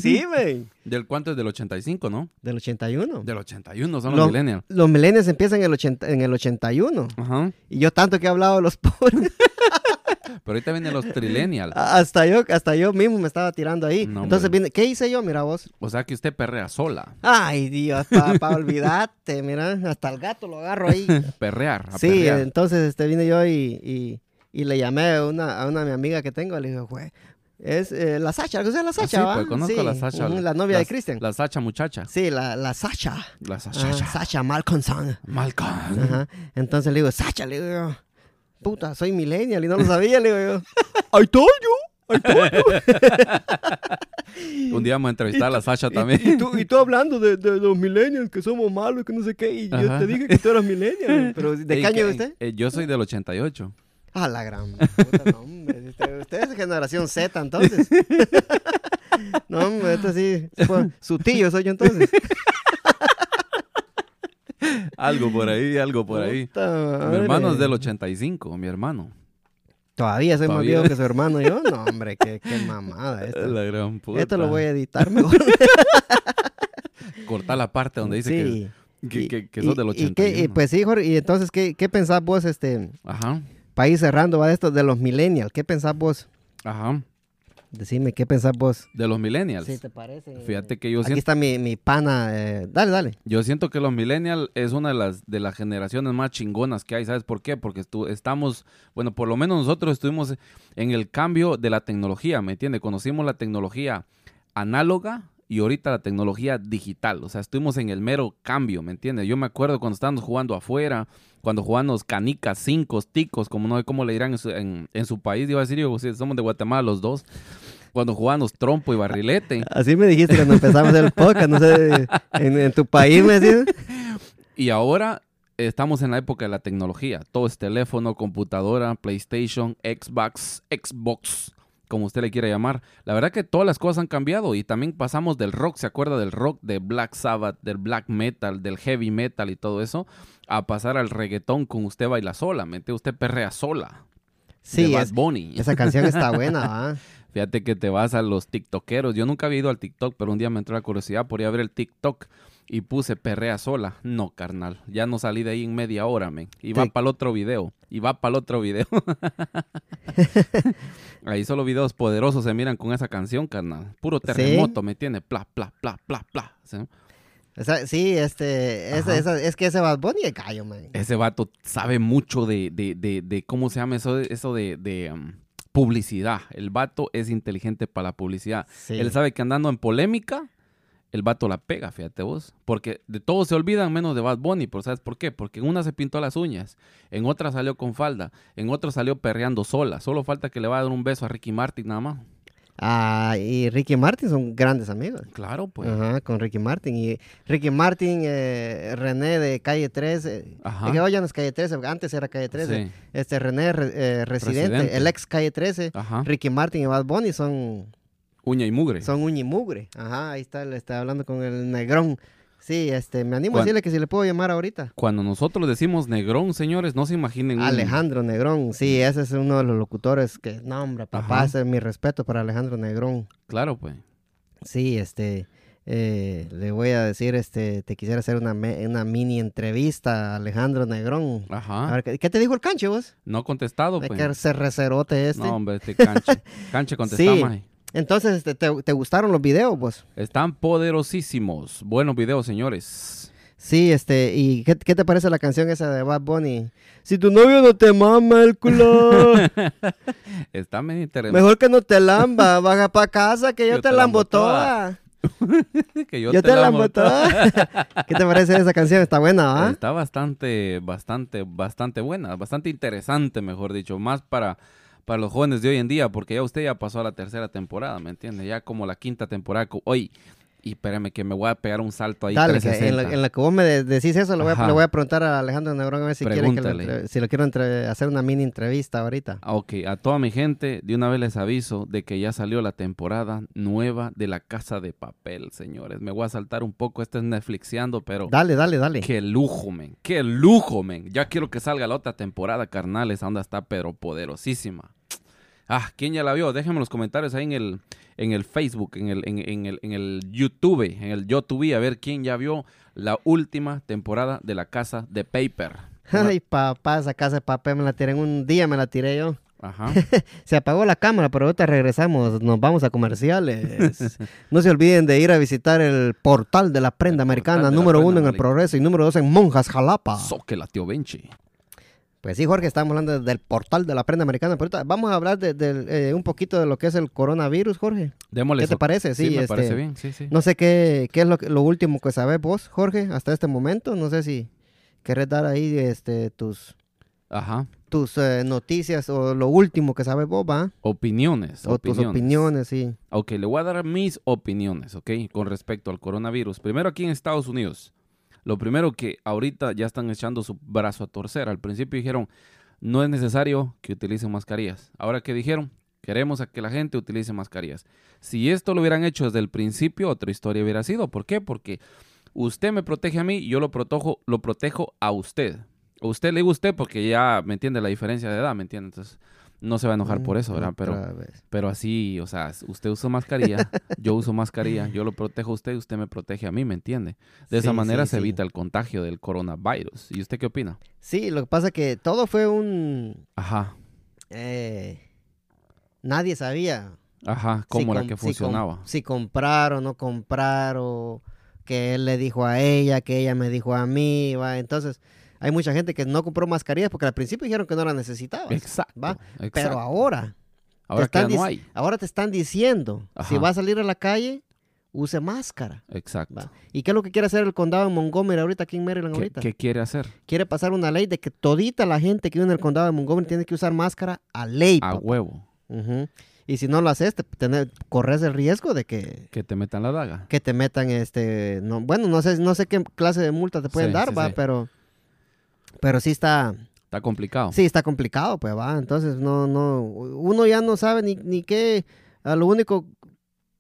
S1: sí, güey.
S2: ¿Del cuánto es? Del 85, ¿no?
S1: Del 81.
S2: Del 81 son los
S1: Lo-
S2: millennials.
S1: Los millennials empiezan en el, 80 en el 81.
S2: Ajá.
S1: Y yo tanto que he hablado de los pobres,
S2: Pero ahorita vienen los trillennials.
S1: hasta yo, hasta yo mismo me estaba tirando ahí.
S2: No,
S1: Entonces,
S2: hombre.
S1: vine- ¿qué hice yo? Mira vos.
S2: O sea que usted perrea sola.
S1: Ay, Dios, para olvidarte, mira, hasta el gato lo agarro ahí.
S2: Perrear. A
S1: sí,
S2: perrear.
S1: entonces este, vine yo y, y- y le llamé a una, a una mi amiga que tengo, le dije, güey, es eh, la Sacha, ¿conoces a la Sacha?
S2: sí,
S1: va?
S2: pues, conozco a la Sacha,
S1: ujú,
S2: la-
S1: la novia
S2: la-
S1: de Cristian.
S2: La Sacha muchacha.
S1: Sí, la, la Sacha.
S2: La Sacha.
S1: Ah, Sacha Malconson.
S2: Malcolm.
S1: Ajá. Entonces le digo, Sacha, le digo, yo, puta, soy millennial y no lo sabía, le digo yo.
S2: I told you. I told you. Un día vamos a entrevistar a la Sacha también.
S1: Y, y tú, y tú hablando de, de los millennials, que somos malos, que no sé qué, y yo
S2: Ajá.
S1: te dije que tú eras millennial. Pero, ¿de
S2: Ey,
S1: qué año
S2: que-
S1: es usted?
S2: eh, yo soy del 88.
S1: A la gran puta, no, hombre. Usted, usted es generación Z, entonces. No, hombre, esto sí. fue- Su tío soy yo, entonces.
S2: Algo por ahí, algo por ahí.
S1: Puta
S2: Mi
S1: madre.
S2: hermano es del 85, mi hermano.
S1: Todavía soy
S2: Todavía.
S1: más viejo que su hermano yo. No, hombre, qué, qué mamada esto.
S2: La gran puta.
S1: Esto lo voy a editar mejor.
S2: Cortar la parte donde dice
S1: Sí.
S2: que, que,
S1: Y-
S2: que, que
S1: y-
S2: sos del
S1: y
S2: 81.
S1: qué- y pues sí, Jorge, y entonces, ¿qué, qué pensás vos, este,
S2: Ajá,
S1: país cerrando, va de estos, de los millennials? ¿Qué pensás vos?
S2: ajá.
S1: Decime, ¿qué pensás vos?
S2: De los millennials.
S1: te parece.
S2: Fíjate que yo
S1: Aquí
S2: siento,
S1: está mi, mi pana. eh, dale, dale.
S2: yo siento que los millennials es una de las, de las generaciones más chingonas que hay. ¿Sabes por qué? Porque estu- estamos, bueno, por lo menos nosotros estuvimos en el cambio de la tecnología, ¿me entiendes? Conocimos la tecnología análoga y ahorita la tecnología digital. O sea, estuvimos en el mero cambio, ¿me entiendes? Yo me acuerdo cuando estábamos jugando afuera, cuando jugábamos canicas, cinco, ticos, como no sé cómo le dirán en su, en- en su país, iba a decir yo, si somos de Guatemala los dos, cuando jugábamos trompo y barrilete.
S1: Así me dijiste cuando empezamos el podcast, no sé, en, en tu país me decías.
S2: Y ahora estamos en la época de la tecnología. Todo es teléfono, computadora, PlayStation, Xbox, Xbox, como usted le quiera llamar. La verdad que todas las cosas han cambiado y también pasamos del rock, ¿se acuerda del rock de Black Sabbath, del black metal, del heavy metal y todo eso? A pasar al reggaetón con usted baila sola, ¿me entiende? Usted perrea sola. de
S1: Sí,
S2: Bad
S1: es-
S2: Bunny.
S1: esa canción está buena, ¿va?
S2: Fíjate que te vas a los TikTokeros. Yo nunca había ido al TikTok, pero un día me entró la curiosidad por ir a ver el TikTok y puse perrea sola. No, carnal. Ya no salí de ahí en media hora, men. Y va
S1: Te-
S2: para el otro video. Y va para el otro video. ahí solo videos poderosos se miran con esa canción, carnal. Puro terremoto, ¿me entiendes? Pla, pla, pla, pla, pla. ¿Sí?
S1: O sea, sí, este, esa-
S2: Ajá.
S1: esa- es que ese Bad Bunny es gallo, man.
S2: Ese vato sabe mucho de, de, de, de cómo se llama eso, eso de, de, um, publicidad. El vato es inteligente para la publicidad.
S1: Sí.
S2: Él sabe que andando en polémica, el vato la pega, fíjate vos. Porque de todos se olvidan menos de Bad Bunny. ¿Pero sabes por qué? Porque en una se pintó las uñas, en otra salió con falda, en otra salió perreando sola. Solo falta que le va a dar un beso a Ricky Martin nada más.
S1: Ah, y Ricky Martin son grandes amigos.
S2: Claro, pues.
S1: Ajá, con Ricky Martin. Y Ricky Martin, eh, René de Calle 13.
S2: Ajá.
S1: Es que hoy ya no es Calle 13, porque antes era Calle 13.
S2: Sí.
S1: Este René, re- eh, residente,
S2: Residente.
S1: el ex Calle 13.
S2: Ajá.
S1: Ricky Martin y Bad Bunny son
S2: Uña y mugre.
S1: Son uñimugre. Ajá, ahí está, le está hablando con el negrón. Sí, este, me animo a
S2: Cuan-
S1: decirle que si le puedo llamar ahorita.
S2: Cuando nosotros decimos negrón, señores, no se imaginen. un-
S1: Alejandro Negrón, sí, ese es uno de los locutores que, no hombre, papá,
S2: Ajá.
S1: ese es mi respeto para Alejandro Negrón.
S2: Claro, pues.
S1: Sí, este, eh, le voy a decir, este, te quisiera hacer una, me- una mini entrevista a Alejandro Negrón. A
S2: Ajá.
S1: ver, ¿qué- ¿qué te dijo el canche vos?
S2: No contestado,
S1: Hay
S2: pues.
S1: que ser recerote este.
S2: No, hombre, este canche. Canche contesta,
S1: Sí.
S2: maje.
S1: Entonces, este, te, ¿te gustaron los videos vos?
S2: Están poderosísimos. Buenos videos, señores.
S1: Sí, este, ¿y qué, qué te parece la canción esa de Bad Bunny? Si tu novio no te mama el culo,
S2: Están bien interesantes.
S1: mejor que no te lamba, baja pa' casa que yo, te lambo toda.
S2: que yo,
S1: Yo,
S2: te, la
S1: lambo
S2: amo
S1: toda. ¿Qué te parece esa canción? Está buena, ¿va?
S2: Está bastante, bastante, bastante buena, bastante interesante, mejor dicho, más para, para los jóvenes de hoy en día, porque ya usted ya pasó a la tercera temporada, ¿me entiende? Ya como la quinta temporada. co- Oye, Y espérame que me voy a pegar un salto ahí.
S1: Dale, que en,
S2: 360.
S1: la, en la que vos me de- decís eso, le voy, a,
S2: Ajá.
S1: le voy a preguntar a Alejandro Negrón a ver si, quiere que lo
S2: Pregúntale.
S1: entre- si lo quiero entre- hacer una mini entrevista ahorita.
S2: Ah, Ok, a toda mi gente, de una vez les aviso de que ya salió la temporada nueva de La Casa de Papel, señores. Me voy a saltar un poco, este es Netflixeando, pero
S1: Dale, dale, dale.
S2: qué lujo, men. Qué lujo, men. Ya quiero que salga la otra temporada, carnales. Anda, está pero poderosísima. Ah, ¿quién ya la vio? Déjenme los comentarios ahí en el, en el Facebook, en el, en, en el, en el YouTube, en el YouTube, a ver quién ya vio la última temporada de La Casa de Paper. Una-
S1: Ay, papá, esa casa de papel me la tiré en un día, me la tiré yo.
S2: Ajá.
S1: Se apagó la cámara, pero ahorita regresamos, nos vamos a comerciales. no se olviden de ir a visitar el portal de la prenda
S2: El portal
S1: americana,
S2: de la
S1: número
S2: prenda
S1: uno en el
S2: americana.
S1: progreso y número dos en Monjas Jalapa.
S2: Soque la tío Benchi.
S1: Pues sí, Jorge, estamos hablando del portal de la prenda americana, pero ahorita vamos a hablar de, del, eh, un poquito de lo que es el coronavirus, Jorge.
S2: Démosle
S1: ¿Qué te
S2: soque.
S1: parece?
S2: Sí,
S1: Sí,
S2: me
S1: este,
S2: parece bien, sí, sí.
S1: No sé qué, qué es lo, que- lo último que sabes vos, Jorge, hasta este momento. No sé si querés dar ahí este, tus,
S2: Ajá.
S1: tus eh, noticias o lo último que sabes vos, ¿va?
S2: Opiniones,
S1: O
S2: opiniones.
S1: tus opiniones, sí.
S2: Ok, le voy a dar mis opiniones, ok, con respecto al coronavirus. Primero aquí en Estados Unidos. Lo primero que ahorita ya están echando su brazo a torcer. Al principio dijeron, no es necesario que utilicen mascarillas. Ahora que dijeron, queremos a que la gente utilice mascarillas. Si esto lo hubieran hecho desde el principio, otra historia hubiera sido. ¿Por qué? Porque usted me protege a mí, yo lo protejo, lo protejo a usted. A usted le digo usted porque ya me entiende la diferencia de edad, ¿me entiende? Entonces, no se va a
S1: Mm,
S2: enojar por eso, ¿verdad? Pero
S1: Otra vez.
S2: pero así, o sea, usted usa mascarilla, yo uso mascarilla, yo lo protejo a usted y usted me protege a mí, ¿me entiende? De esa
S1: Sí,
S2: manera
S1: sí,
S2: se
S1: sí.
S2: evita el contagio del coronavirus. ¿Y usted qué opina?
S1: Sí, lo que pasa que todo fue un...
S2: Ajá,
S1: eh, nadie sabía
S2: ajá,
S1: si
S2: ¿cómo
S1: com-
S2: era que
S1: si com-
S2: funcionaba?
S1: Si, comprar o no comprar o que él le dijo a ella, que ella me dijo a mí, ¿va? Entonces, hay mucha gente que no compró mascarillas porque al principio dijeron que no la necesitabas.
S2: exacto,
S1: va,
S2: exacto.
S1: Pero ahora...
S2: Ahora que
S1: están
S2: ya no
S1: dic-
S2: hay.
S1: Ahora te están diciendo, si
S2: Ajá.
S1: va a salir a la calle, use máscara.
S2: Exacto.
S1: ¿va? ¿Y qué es lo que quiere hacer el condado de Montgomery ahorita, aquí en Maryland
S2: ¿Qué,
S1: ahorita?
S2: qué quiere hacer?
S1: Quiere pasar una ley de que todita la gente que vive en el condado de Montgomery tiene que usar máscara a ley.
S2: A
S1: papá.
S2: huevo,
S1: Ujú. Y si no lo haces, te, tener- corres el riesgo de que,
S2: que te metan la daga.
S1: que te metan, este, no, bueno, no sé, no sé qué clase de multa te pueden
S2: Sí,
S1: dar,
S2: sí,
S1: va,
S2: sí.
S1: pero, pero sí está,
S2: Está complicado.
S1: Sí, está complicado, pues va. Entonces, no, no, uno ya no sabe ni, ni qué. A lo único,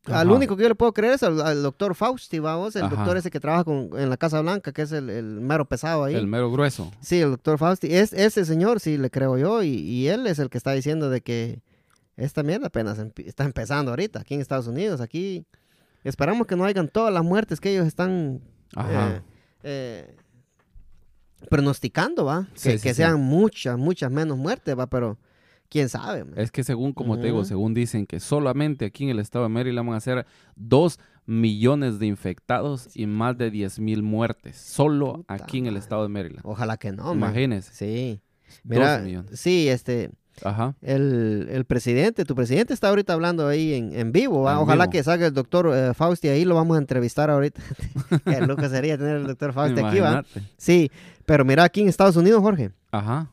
S1: al
S2: Ajá.
S1: único que yo le puedo creer es al, al doctor Fausti, vamos, el
S2: Ajá.
S1: doctor ese que trabaja con- en la Casa Blanca, que es el, el mero pesado ahí.
S2: El mero grueso.
S1: Sí, el doctor Fausti. Es, ese señor, sí, le creo yo, y, y él es el que está diciendo de que esta mierda apenas empi- está empezando ahorita, aquí en Estados Unidos, aquí. Esperamos que no hayan todas las muertes que ellos están
S2: Ajá.
S1: eh, eh, pronosticando, ¿va?
S2: Sí,
S1: que
S2: sí,
S1: que
S2: sí.
S1: sean muchas, muchas menos muertes, ¿va? Pero quién sabe, man?
S2: Es que según, como te digo,
S1: Ujú.
S2: según dicen que solamente aquí en el estado de Maryland van a ser 2 millones de infectados y más de 10 mil muertes. Solo
S1: Puta
S2: aquí en el
S1: madre.
S2: estado de Maryland.
S1: Ojalá que no, man.
S2: Imagínense.
S1: Sí.
S2: 12
S1: Mira,
S2: millones.
S1: sí, este,
S2: Ajá.
S1: el, el presidente, tu presidente está ahorita hablando ahí en, en vivo, ¿va?
S2: En
S1: Ojalá
S2: vivo.
S1: que salga el doctor eh, Fausti ahí, lo vamos a entrevistar ahorita. Qué loco sería tener al doctor Fausti Pues aquí, ¿va?
S2: Imagínate.
S1: Sí, pero mira, aquí en Estados Unidos, Jorge,
S2: Ajá.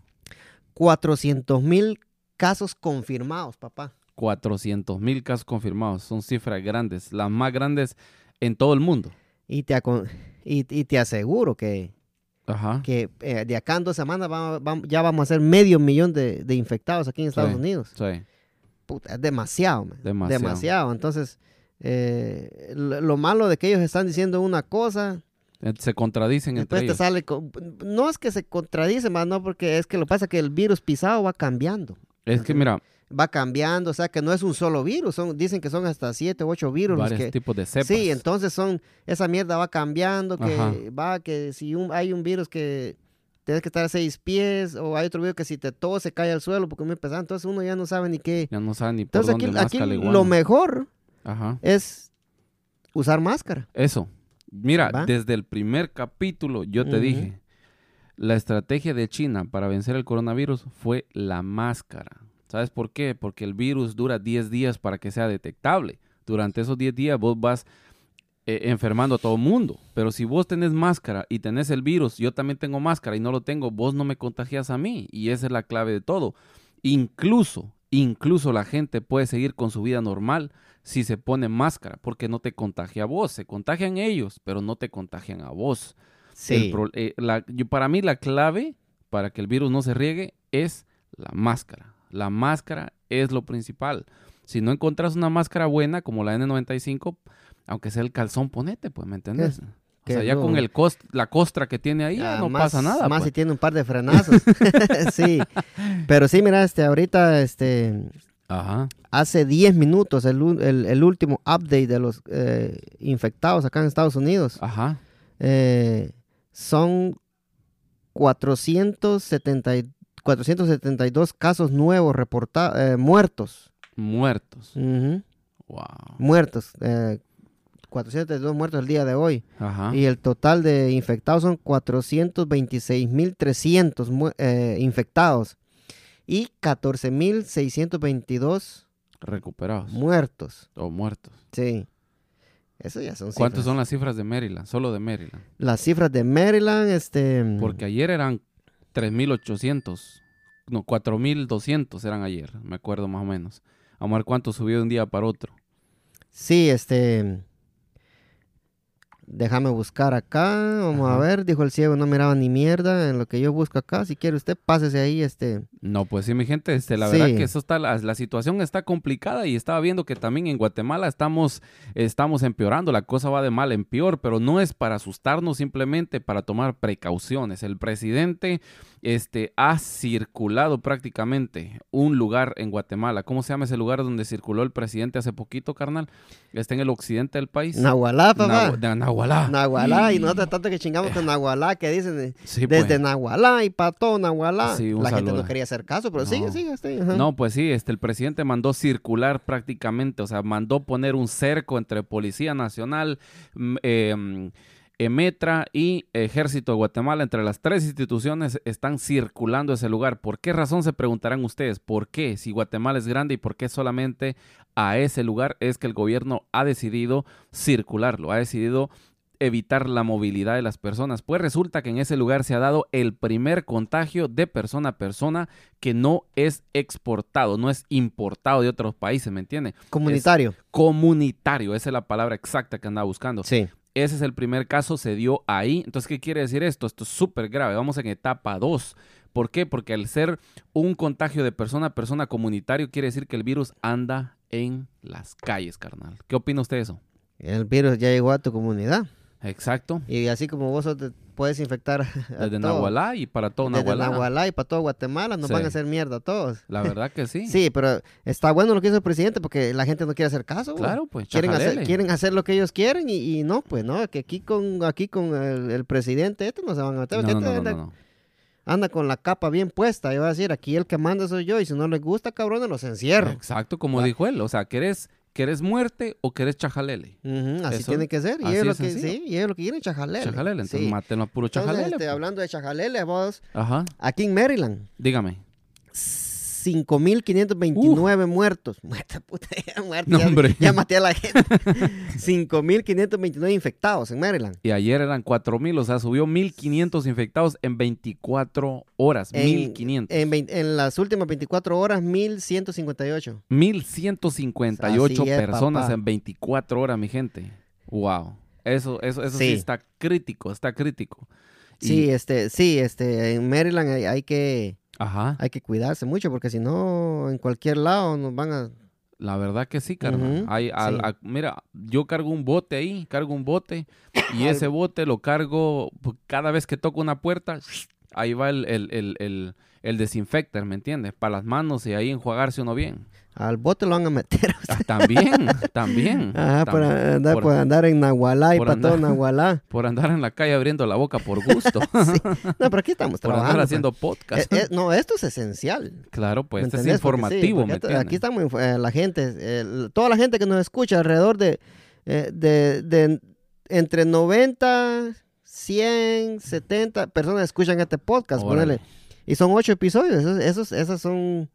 S1: 400 mil casos confirmados, papá.
S2: 400 mil casos confirmados. Son cifras grandes. Las más grandes en todo el mundo.
S1: Y te, acon- y, y te aseguro que,
S2: Ajá.
S1: que eh, de acá en dos semanas va- va- ya vamos a ser medio millón de, de infectados aquí en Estados
S2: Sí.
S1: Unidos.
S2: Sí.
S1: Puta, es demasiado, man.
S2: Demasiado.
S1: Entonces, eh, lo, lo malo de que ellos están diciendo una cosa,
S2: Eh, Se contradicen
S1: después
S2: entre
S1: te
S2: ellos.
S1: sale... con- no es que se contradice más, no, porque es que lo pasa que el virus pisado va cambiando.
S2: Es que mira,
S1: Va cambiando, o sea que no es un solo virus, son, dicen que son hasta siete u ocho virus los
S2: varios
S1: que,
S2: tipos de cepas.
S1: Sí, entonces son, esa mierda va cambiando, que
S2: Ajá.
S1: va, que si un- hay un virus que tienes que estar a seis pies, o hay otro virus que si te tos se cae al suelo porque es muy pesado, entonces uno ya no sabe ni qué.
S2: Ya no saben ni por
S1: Entonces
S2: dónde
S1: aquí,
S2: más
S1: aquí
S2: caliguana.
S1: lo mejor
S2: Ajá.
S1: es usar máscara.
S2: Eso. Mira,
S1: ¿Va?
S2: desde el primer capítulo yo te
S1: Ujú.
S2: dije, la estrategia de China para vencer el coronavirus fue la máscara. ¿Sabes por qué? Porque el virus dura 10 días para que sea detectable. Durante esos 10 días vos vas eh, enfermando a todo mundo. Pero si vos tenés máscara y tenés el virus, yo también tengo máscara y no lo tengo, vos no me contagias a mí. Y esa es la clave de todo. Incluso, Incluso la gente puede seguir con su vida normal si se pone máscara, porque no te contagia a vos. Se contagian ellos, pero no te contagian a vos. El
S1: Sí.
S2: pro- eh, la- yo- para mí la clave para que el virus no se riegue es la máscara. La máscara es lo principal. Si no encontrás una máscara buena como la N95, aunque sea el calzón, ponete, pues, ¿me entiendes? O
S1: que
S2: sea, ya
S1: no-
S2: con el cost, la costra que tiene ahí, ya
S1: Ah,
S2: no
S1: más-
S2: pasa nada.
S1: Más si
S2: pues.
S1: tiene un par de frenazos. sí. Pero sí, mira, este, ahorita, este,
S2: Ajá.
S1: hace 10 minutos el, u- el- el último update de los eh, infectados acá en Estados Unidos.
S2: Ajá.
S1: Eh, son 470, y- 472 casos nuevos reportados, muertos.
S2: Muertos.
S1: Ujú,
S2: Wow.
S1: Muertos. eh, 472 muertos el día de hoy.
S2: Ajá.
S1: Y el total de infectados son 426.300 mu- eh, infectados y 14.622
S2: Recuperados.
S1: muertos.
S2: o muertos.
S1: Sí. Eso ya son
S2: ¿Cuántas
S1: cifras.
S2: son las cifras de Maryland? Solo de Maryland.
S1: Las cifras de Maryland, este...
S2: Porque ayer eran 3.800, no, 4.200 eran ayer, me acuerdo más o menos. Vamos a ver cuánto subió de un día para otro.
S1: Sí, este... Déjame buscar acá, vamos a
S2: Ajá.
S1: ver, dijo el ciego, no miraba ni mierda en lo que yo busco acá, si quiere usted pásese ahí, este...
S2: No, pues sí, mi gente, este, la
S1: Sí.
S2: verdad que eso está, la, la situación está complicada y estaba viendo que también en Guatemala estamos, estamos empeorando, la cosa va de mal en peor, pero no es para asustarnos, simplemente para tomar precauciones. El presidente este, ha circulado prácticamente un lugar en Guatemala. ¿Cómo se llama ese lugar donde circuló el presidente hace poquito, carnal? Está en el occidente del país.
S1: Nahualá, papá. Ah.
S2: Nahu- de Nahualá.
S1: Nahualá, y nosotros tanto que chingamos con Nahualá, que dicen... eh,
S2: Sí, pues.
S1: Desde Nahualá y para todo Nahualá.
S2: Sí, un
S1: la gente
S2: saludo.
S1: no quería hacer caso, pero
S2: No.
S1: sigue, sigue, sigue, ajá.
S2: No, pues sí, este, el presidente mandó circular prácticamente, o sea, mandó poner un cerco entre Policía Nacional, mm, eh, mm, Emetra y Ejército de Guatemala. Entre las tres instituciones están circulando ese lugar. ¿Por qué razón se preguntarán ustedes? ¿Por qué? Si Guatemala es grande y por qué solamente a ese lugar es que el gobierno ha decidido circularlo, ha decidido evitar la movilidad de las personas. Pues resulta que en ese lugar se ha dado el primer contagio de persona a persona que no es exportado, no es importado de otros países, ¿me entiende?
S1: Comunitario.
S2: Comunitario, esa es la palabra exacta que andaba buscando.
S1: Sí.
S2: Ese es el primer caso, se dio ahí. Entonces, ¿qué quiere decir esto? Esto es súper grave. Vamos en etapa 2. ¿Por qué? Porque al ser un contagio de persona a persona comunitario, quiere decir que el virus anda en las calles, carnal. ¿Qué opina usted de eso?
S1: El virus ya llegó a tu comunidad.
S2: Exacto.
S1: Y así como vos sos de- puedes infectar a
S2: Desde
S1: todo.
S2: Nahualá y para todo
S1: Desde
S2: Nahualá.
S1: Nahualá y para todo Guatemala nos
S2: Sí.
S1: van a hacer mierda a todos.
S2: La verdad que sí.
S1: Sí. pero está bueno lo que hizo el presidente porque la gente no quiere hacer caso. güey.
S2: Claro, pues.
S1: Quieren hacer,
S2: chajalele.
S1: quieren hacer lo que ellos quieren y, y no, pues no, que aquí con aquí con el, el presidente este no se van a meter.
S2: No,
S1: porque
S2: no,
S1: este
S2: no, no,
S1: anda,
S2: no, no.
S1: anda con la capa bien puesta y va a decir, aquí el que manda soy yo y si no les gusta, cabrones, los encierro.
S2: Exacto, como
S1: Va.
S2: dijo él. O sea, ¿querés, querés muerte o querés chajalele?
S1: Ujú, así
S2: Eso-
S1: tiene que ser. Y
S2: así
S1: ellos, lo
S2: es
S1: que,
S2: sencillo.
S1: sí, y ellos lo que quieren es chajalele.
S2: Chajalele, entonces
S1: Sí.
S2: mátenlo a puro
S1: Entonces,
S2: chajalele.
S1: este,
S2: pues.
S1: hablando de chajalele, vos,
S2: Ajá,
S1: aquí en Maryland,
S2: dígame.
S1: 5.529 muertos. Muerta, puta, ya muertos,
S2: No,
S1: ya-
S2: hombre.
S1: Ya, maté a la gente. 5.529 infectados en Maryland.
S2: Y ayer eran 4.000, o sea, subió 1.500 infectados en 24 horas.
S1: En-
S2: 1.500.
S1: En, vein- en las últimas 24 horas, 1.158.
S2: 1.158
S1: Así es,
S2: personas
S1: papá.
S2: en 24 horas, mi gente. Wow. Eso, eso, eso sí.
S1: Sí.
S2: está crítico, está crítico. Y-
S1: Sí, este, sí, este, en Maryland hay, hay que,
S2: Ajá.
S1: hay que cuidarse mucho porque si no, en cualquier lado nos van a...
S2: La verdad que sí, carnal.
S1: Ujú,
S2: Hay al-
S1: sí.
S2: a- mira, yo cargo un bote ahí, cargo un bote, y
S1: Al-
S2: ese bote lo cargo pu- cada vez que toco una puerta, ahí va el, el, el, el, el desinfector, ¿me entiendes? Para las manos y ahí enjuagarse uno bien.
S1: Al bote lo van a meter.
S2: Ah, también, también.
S1: Ajá,
S2: tam-
S1: por Ah, andar,
S2: Mm, por-
S1: por andar en Nahualá y
S2: por
S1: para todo
S2: andar-
S1: Nahualá.
S2: Por andar en la calle abriendo la boca por gusto.
S1: No, pero aquí estamos
S2: por
S1: trabajando.
S2: andar
S1: pues.
S2: haciendo podcast.
S1: Eh, eh, no, esto es esencial.
S2: claro, pues,
S1: ¿Me
S2: este es
S1: entendés? Porque sí,
S2: informativo,
S1: porque
S2: ¿me
S1: esto-
S2: entiendes?
S1: Aquí estamos, inf- eh, la gente, eh, toda la gente que nos escucha alrededor de, eh, de, de entre 90, 100, 70 personas escuchan este podcast,
S2: Órale.
S1: ponele. Y son ocho episodios, esos, esos- esas son...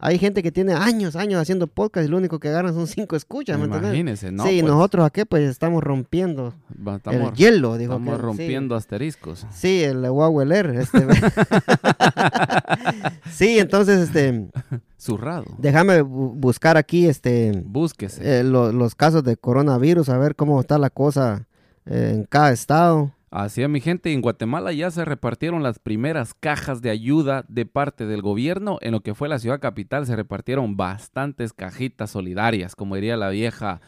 S1: Hay gente que tiene años, años haciendo podcast y lo único que ganan son cinco escuchas, ¿me entendés?
S2: Imagínense, ¿no?
S1: sí, y
S2: Pues,
S1: nosotros aquí pues estamos rompiendo
S2: va- estamos,
S1: el hielo, dijo
S2: estamos
S1: aquel, sí.
S2: rompiendo asteriscos.
S1: Sí, E el Huawei Este... sí, entonces, este,
S2: Zurrado.
S1: Déjame bu- buscar aquí este
S2: Búsquese.
S1: eh, lo- los casos de coronavirus, a ver cómo está la cosa eh, en cada estado.
S2: Así es, mi gente. En Guatemala ya se repartieron las primeras cajas de ayuda de parte del gobierno. En lo que fue la ciudad capital se repartieron bastantes cajitas solidarias, como diría la vieja,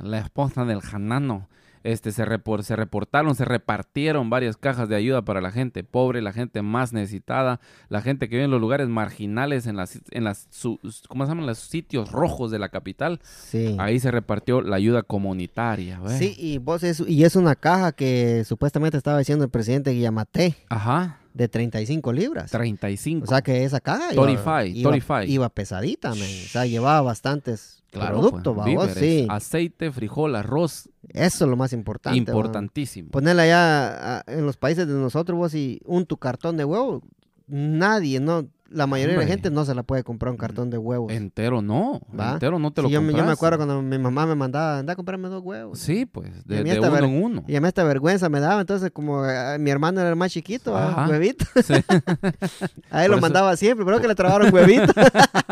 S2: la esposa del janano. Este, se, repor- se reportaron, se repartieron varias cajas de ayuda para la gente pobre, la gente más necesitada, la gente que vive en los lugares marginales, en las, en las su- ¿cómo se llaman? Los sitios rojos de la capital.
S1: Sí.
S2: Ahí se repartió la ayuda comunitaria. ¿ve?
S1: Sí, y vos es, y es una caja que supuestamente estaba diciendo el presidente Guillamaté
S2: Ajá.
S1: de 35 libras.
S2: 35.
S1: O sea que esa caja iba,
S2: 35,
S1: iba,
S2: 35.
S1: iba pesadita, man. o sea, llevaba bastantes
S2: Claro,
S1: productos,
S2: pues,
S1: va, vos,
S2: víveres,
S1: sí.
S2: aceite, frijol, arroz,
S1: Eso es lo más importante. va. Pues,
S2: importantísimo.
S1: Ponerla allá a- en los países de nosotros, vos, y un tu cartón de huevo, nadie, no, la mayoría de la
S2: Hombre.
S1: gente no se la puede comprar un cartón de huevos.
S2: entero no,
S1: pues, ¿Va?
S2: entero no te
S1: Sí,
S2: lo
S1: yo, me- yo me
S2: compras.
S1: acuerdo cuando mi mamá me mandaba, anda a comprarme dos huevos.
S2: Sí, pues, de,
S1: mí
S2: de
S1: hasta
S2: uno
S1: ver-
S2: en uno.
S1: Y a mí esta vergüenza me daba, entonces como eh, mi hermano era el más chiquito, ah,
S2: Ajá.
S1: huevito,
S2: Sí.
S1: a él
S2: Por
S1: lo
S2: eso-
S1: mandaba siempre, pero que le trabaron huevito.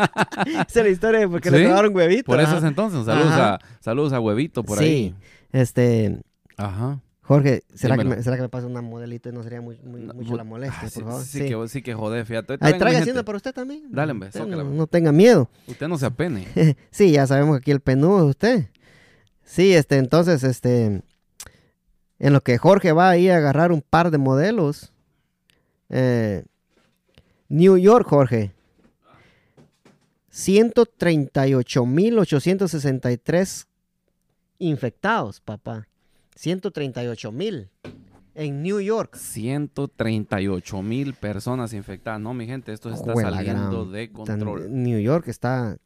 S1: Esa es la historia de por qué le
S2: Sí,
S1: trabaron huevito. ¿ah?
S2: Por eso
S1: ajá.
S2: es entonces, saludos
S1: Ajá.
S2: a, saludos a Huevito por
S1: sí.
S2: ahí.
S1: Este,
S2: Ajá.
S1: Jorge, ¿será que,
S2: Dímelo.
S1: me, ¿será que me pasa una modelita y no sería muy, muy-
S2: No,
S1: mucho
S2: bu-
S1: la molestia,
S2: Ah, sí,
S1: por favor?
S2: sí, que, sí que jodé, fíjate. Ahorita
S1: Ahí
S2: vengo,
S1: traiga
S2: mi
S1: hacienda
S2: gente.
S1: para usted también.
S2: Dale, hombre,
S1: Usted
S2: zócala,
S1: no,
S2: pues.
S1: no tenga miedo.
S2: Usted no se apene.
S1: sí, ya sabemos que aquí el penudo es usted. Sí, este, entonces, este, en lo que Jorge va ahí a agarrar un par de modelos, eh, New York, Jorge, 138.863 infectados, papá. 138.000 en New York.
S2: 138 mil personas infectadas. No, mi gente, esto está
S1: Juela
S2: saliendo
S1: gran.
S2: de
S1: Tan- eh,
S2: control.
S1: New York está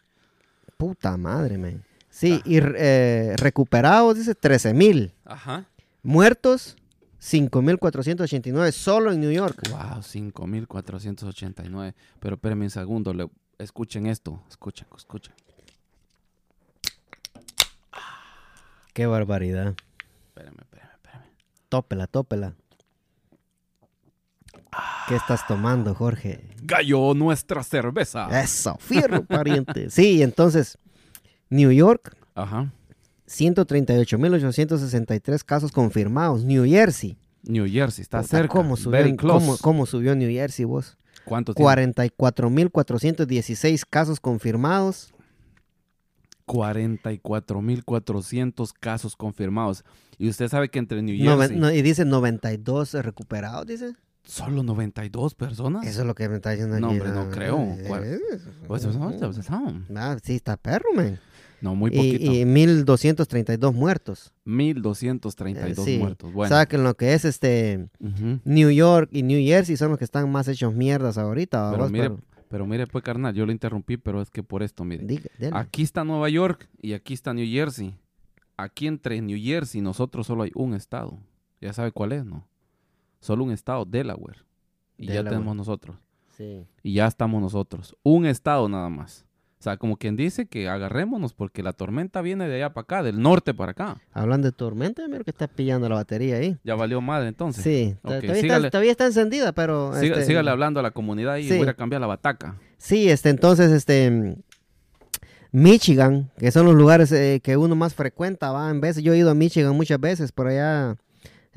S1: puta madre, man.
S2: Ah.
S1: Sí, y eh, recuperados, dice 13 mil.
S2: Ajá.
S1: Muertos, 5.489 solo en New York.
S2: Wow, 5.489. Pero espérenme un segundo. le- Escuchen esto. Escuchen, escuchen.
S1: Qué barbaridad.
S2: Espérame, espérame, espérame.
S1: Tópela, tópela. ¿Qué estás tomando, Jorge?
S2: Gallo, nuestra cerveza.
S1: Eso, fierro, pariente. Sí, entonces, New York,
S2: Ajá.
S1: 138.863 casos confirmados. New Jersey.
S2: New Jersey, está
S1: Puta,
S2: cerca.
S1: ¿Cómo subió,
S2: Very close.
S1: cómo- ¿Cómo subió New Jersey vos?
S2: ¿Cuánto tiene?
S1: 44.416 casos confirmados.
S2: 44.400 casos confirmados. Y usted sabe que entre New
S1: Noven-
S2: Jersey,
S1: no- y dice 92 recuperados, dice.
S2: solo 92 personas.
S1: Eso es lo que me está diciendo
S2: No,
S1: aquí.
S2: hombre, no creo. Cuar-
S1: eh,
S2: Pues, pues, no, pues, no.
S1: ah, sí, está perro, man.
S2: No, muy poquito.
S1: Y, y 1.232 muertos.
S2: 1.232
S1: Sí.
S2: muertos.
S1: O
S2: Bueno.
S1: sea, que en lo que es este
S2: Ujú.
S1: New York y New Jersey son los que están más hechos mierdas ahorita. ¿va
S2: Pero
S1: vos?
S2: mire,
S1: Pero
S2: pero mire, pues, carnal, yo lo interrumpí, pero es que por esto, mire. Ah.
S1: diga, dele.
S2: Aquí está Nueva York y aquí está New Jersey. Aquí entre New Jersey y nosotros solo hay un estado. Ya sabe cuál es, ¿no? Solo un estado, Delaware. Y ya
S1: Delaware.
S2: tenemos nosotros.
S1: Sí.
S2: Y ya estamos nosotros. Un estado nada más. O sea, como quien dice que agarrémonos porque la tormenta viene de allá para acá, del norte para acá.
S1: Hablando de tormenta, mira que está pillando la batería ahí.
S2: Ya valió madre entonces.
S1: Sí, to-
S2: Ok,
S1: todavía, está,
S2: sígale.
S1: todavía está encendida, pero...
S2: Siga-
S1: este,
S2: sígale hablando a la comunidad y
S1: Sí.
S2: voy a cambiar la bataca.
S1: Sí, este, entonces, este, mm, Michigan, que son los lugares eh, que uno más frecuenta, va, en veces, yo he ido a Michigan muchas veces, por allá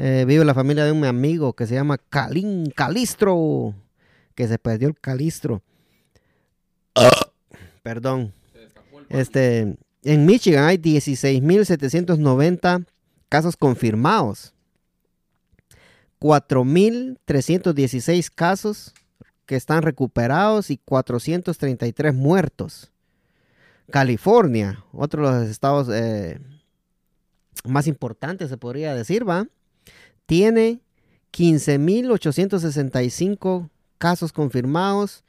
S1: eh, vive la familia de un amigo que se llama Calín Calistro, que se perdió el Calistro. Perdón. Este, en Michigan hay 16.790 casos confirmados. 4.316 casos que están recuperados y 433 muertos. California, otro de los estados eh, más importantes, se podría decir, ¿va? Tiene 15.865 casos confirmados,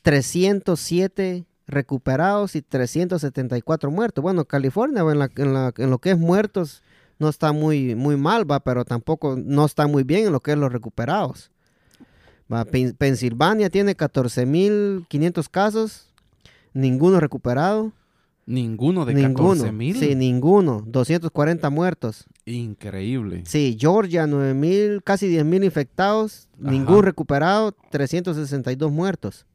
S1: 307 recuperados y 374 muertos. Bueno, California, en, la- en la- en lo que es muertos, no está muy, muy mal, ¿va? Pero tampoco no está muy bien en lo que es los recuperados. Va, Pen- Pensilvania tiene 14.500 casos, ninguno recuperado.
S2: Ninguno de
S1: ninguno.
S2: 14 mil.
S1: Sí, ninguno. 240 muertos.
S2: Increíble.
S1: Sí, Georgia, 9.000, casi 10.000 infectados,
S2: Ajá.
S1: ningún recuperado, 362 muertos.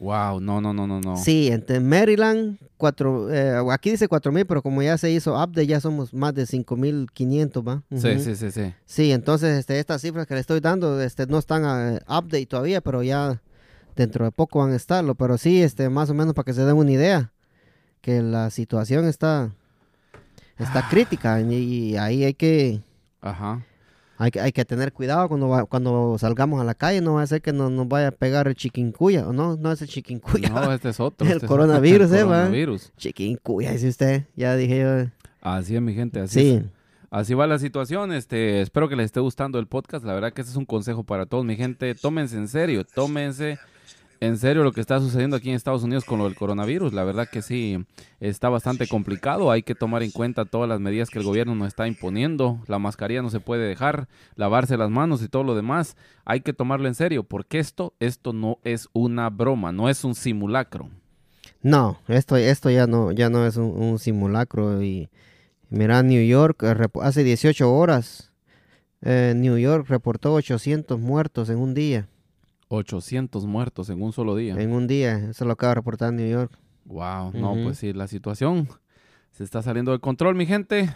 S2: Wow, no, no, no, no, no.
S1: Sí, entre Maryland, cuatro, eh, aquí dice 4.000, pero como ya se hizo update, ya somos más de 5.500, ¿va? Ujú.
S2: Sí, sí, sí, sí.
S1: Sí, entonces este, estas cifras que le estoy dando este, no están eh, update todavía, pero ya dentro de poco van a estarlo. Pero sí, este, más o menos para que se den una idea que la situación está,
S2: Ah.
S1: está crítica y, y ahí hay que,
S2: Ajá.
S1: hay, que- hay que tener cuidado cuando, va- cuando salgamos a la calle. No va a ser que no, nos vaya a pegar el chiquincuya, ¿o no? No es el chiquincuya.
S2: No, este es otro.
S1: El
S2: este es otro.
S1: coronavirus, eh,
S2: El
S1: va.
S2: coronavirus.
S1: Chiquincuya, dice usted. Ya dije yo. eh.
S2: Así es, mi gente, así es.
S1: Sí,
S2: Así va la situación, este, espero que les esté gustando el podcast, la verdad que ese es un consejo para todos, mi gente, tómense en serio, tómense en serio lo que está sucediendo aquí en Estados Unidos con lo del coronavirus, la verdad que sí, está bastante complicado, hay que tomar en cuenta todas las medidas que el gobierno nos está imponiendo, la mascarilla no se puede dejar, lavarse las manos y todo lo demás, hay que tomarlo en serio, porque esto, esto no es una broma, no es un simulacro.
S1: No, esto, esto ya no, ya no es un, un simulacro. Y mira, New York eh, rep- hace 18 horas, eh, New York reportó 800 muertos en un día.
S2: 800 muertos en un solo día.
S1: En un día, eso lo acaba de reportar New York.
S2: Wow, no,
S1: Ujú.
S2: pues sí, la situación se está saliendo de control, mi gente.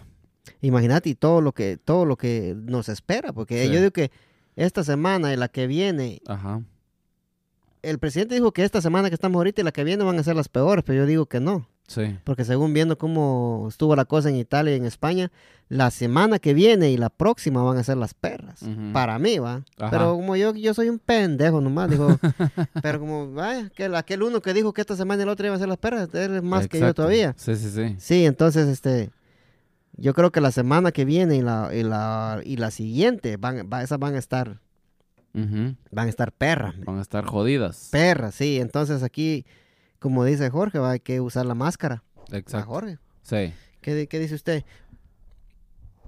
S1: Imagínate y todo lo que, todo lo que nos espera, porque
S2: Sí.
S1: yo digo que esta semana y la que viene,
S2: Ajá.
S1: el presidente dijo que esta semana que estamos ahorita y la que viene van a ser las peores, pero yo digo que no.
S2: Sí.
S1: Porque según viendo cómo estuvo la cosa en Italia y en España, la semana que viene y la próxima van a ser las perras.
S2: Ujú.
S1: Para mí, va.
S2: Ajá.
S1: Pero como yo, yo soy un pendejo nomás, dijo. pero como, vaya, que el- aquel uno que dijo que esta semana y la otra iban a ser las perras, él es más que yo
S2: Exacto.
S1: todavía.
S2: Sí, sí, sí.
S1: Sí, entonces, este, yo creo que la semana que viene y la, y la, y la siguiente, van, va- esas van a estar,
S2: Ujú.
S1: van a estar perras. men.
S2: Van a estar jodidas.
S1: Perras, sí. Entonces aquí, como dice Jorge, va, hay que usar la máscara. Va,
S2: Exacto.
S1: Jorge,
S2: Sí.
S1: ¿qué, di- qué dice usted?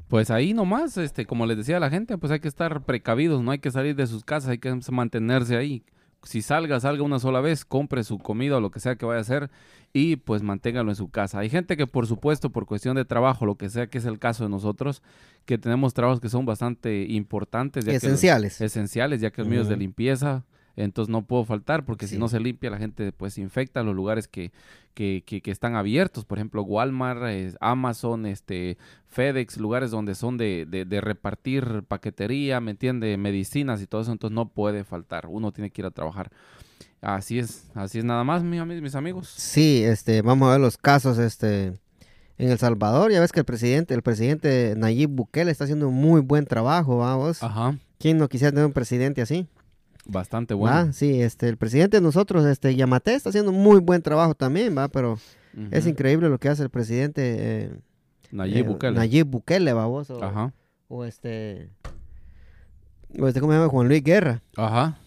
S2: Pues ahí nomás, este, como les decía a la gente, pues hay que estar precavidos, no hay que salir de sus casas, hay que mantenerse ahí. Si salga, salga una sola vez, compre su comida o lo que sea que vaya a hacer y pues manténgalo en su casa. Hay gente que por supuesto, por cuestión de trabajo, lo que sea que es el caso de nosotros, que tenemos trabajos que son bastante importantes. ya que los-
S1: Esenciales.
S2: esenciales, ya que el mío es de
S1: Ujú.
S2: limpieza, entonces no puedo faltar, porque si
S1: Sí.
S2: no se limpia, la gente pues infecta los lugares que, que, que- que están abiertos, por ejemplo, Walmart, eh, Amazon, este, FedEx, lugares donde son de, de- de repartir paquetería, ¿me entiende? Medicinas y todo eso, entonces no puede faltar, uno tiene que ir a trabajar. Así es, así es nada más, mi ami- mis amigos.
S1: Sí, este, vamos a ver los casos, este, en El Salvador, ya ves que el presidente, el presidente Nayib Bukele está haciendo un muy buen trabajo, vamos.
S2: Ajá,
S1: ¿Quién no quisiera tener un presidente así?
S2: bastante
S1: ¿va?
S2: bueno.
S1: Sí, este, el presidente de nosotros, este, Yamate, está haciendo un muy buen trabajo también, va, pero
S2: Ujú.
S1: es increíble lo que hace el presidente eh,
S2: Nayib
S1: eh,
S2: Bukele.
S1: Nayib Bukele, va, vos, o,
S2: Ajá,
S1: o este, o este, ¿cómo se llama? Juan Luis Guerra.
S2: ajá,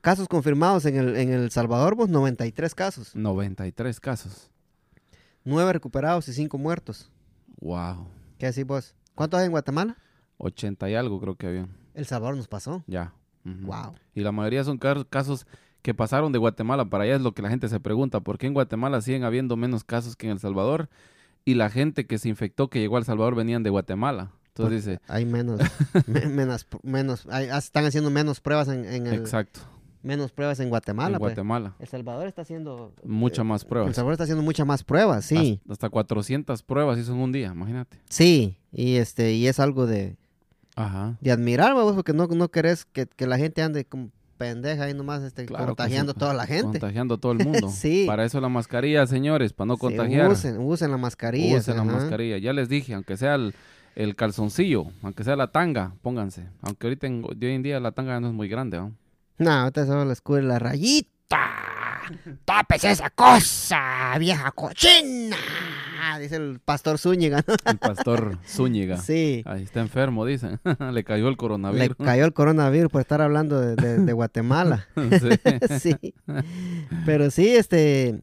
S1: Casos confirmados en El, en el Salvador, vos, 93
S2: Mm.
S1: casos,
S2: 93 casos.
S1: 9 recuperados y 5 muertos.
S2: Wow,
S1: ¿Qué decís vos? ¿Cuántos hay en Guatemala?
S2: 80 y algo creo que había.
S1: El Salvador nos pasó.
S2: Ya. ujú.
S1: Wow.
S2: Y la mayoría son car- casos que pasaron de Guatemala para allá, es lo que la gente se pregunta, ¿por qué en Guatemala siguen habiendo menos casos que en El Salvador? Y la gente que se infectó que llegó a El Salvador venían de Guatemala. Entonces dice,
S1: Hay menos, me- menos, menos, hay- ah, están haciendo menos pruebas en, en el-
S2: exacto,
S1: menos pruebas en Guatemala.
S2: en
S1: pues.
S2: Guatemala.
S1: El Salvador está haciendo,
S2: Muchas más
S1: El
S2: pruebas. Ah.
S1: Salvador está haciendo muchas más pruebas, sí,
S2: Hasta, hasta 400 pruebas hizo en un día, imagínate.
S1: sí, y este, y es algo de,
S2: Ajá.
S1: de admirar, vamos, porque no, no querés que, que la gente ande como pendeja ahí nomás, este,
S2: Claro, pues.
S1: contagiando a
S2: con-
S1: toda la gente.
S2: Contagiando a todo el mundo.
S1: Sí.
S2: Para eso la mascarilla, señores, para no
S1: Sí,
S2: contagiar.
S1: usen, usen la mascarilla.
S2: Usen la
S1: ajá.
S2: mascarilla. Ya les dije, aunque sea el, el calzoncillo, aunque sea la tanga, pónganse. Aunque ahorita en- de hoy en día la tanga no es muy grande, ¿no?
S1: No, ahorita solo les cubre la rayita. ¡Tópese esa cosa, vieja cochina! Dice el pastor Zúñiga. ¿no?
S2: El pastor Zúñiga.
S1: Sí.
S2: Ahí está enfermo, dicen. Le cayó el
S1: Le
S2: coronavirus.
S1: cayó el coronavirus por estar hablando de, de- de Guatemala.
S2: Sí.
S1: Sí. Pero sí, este.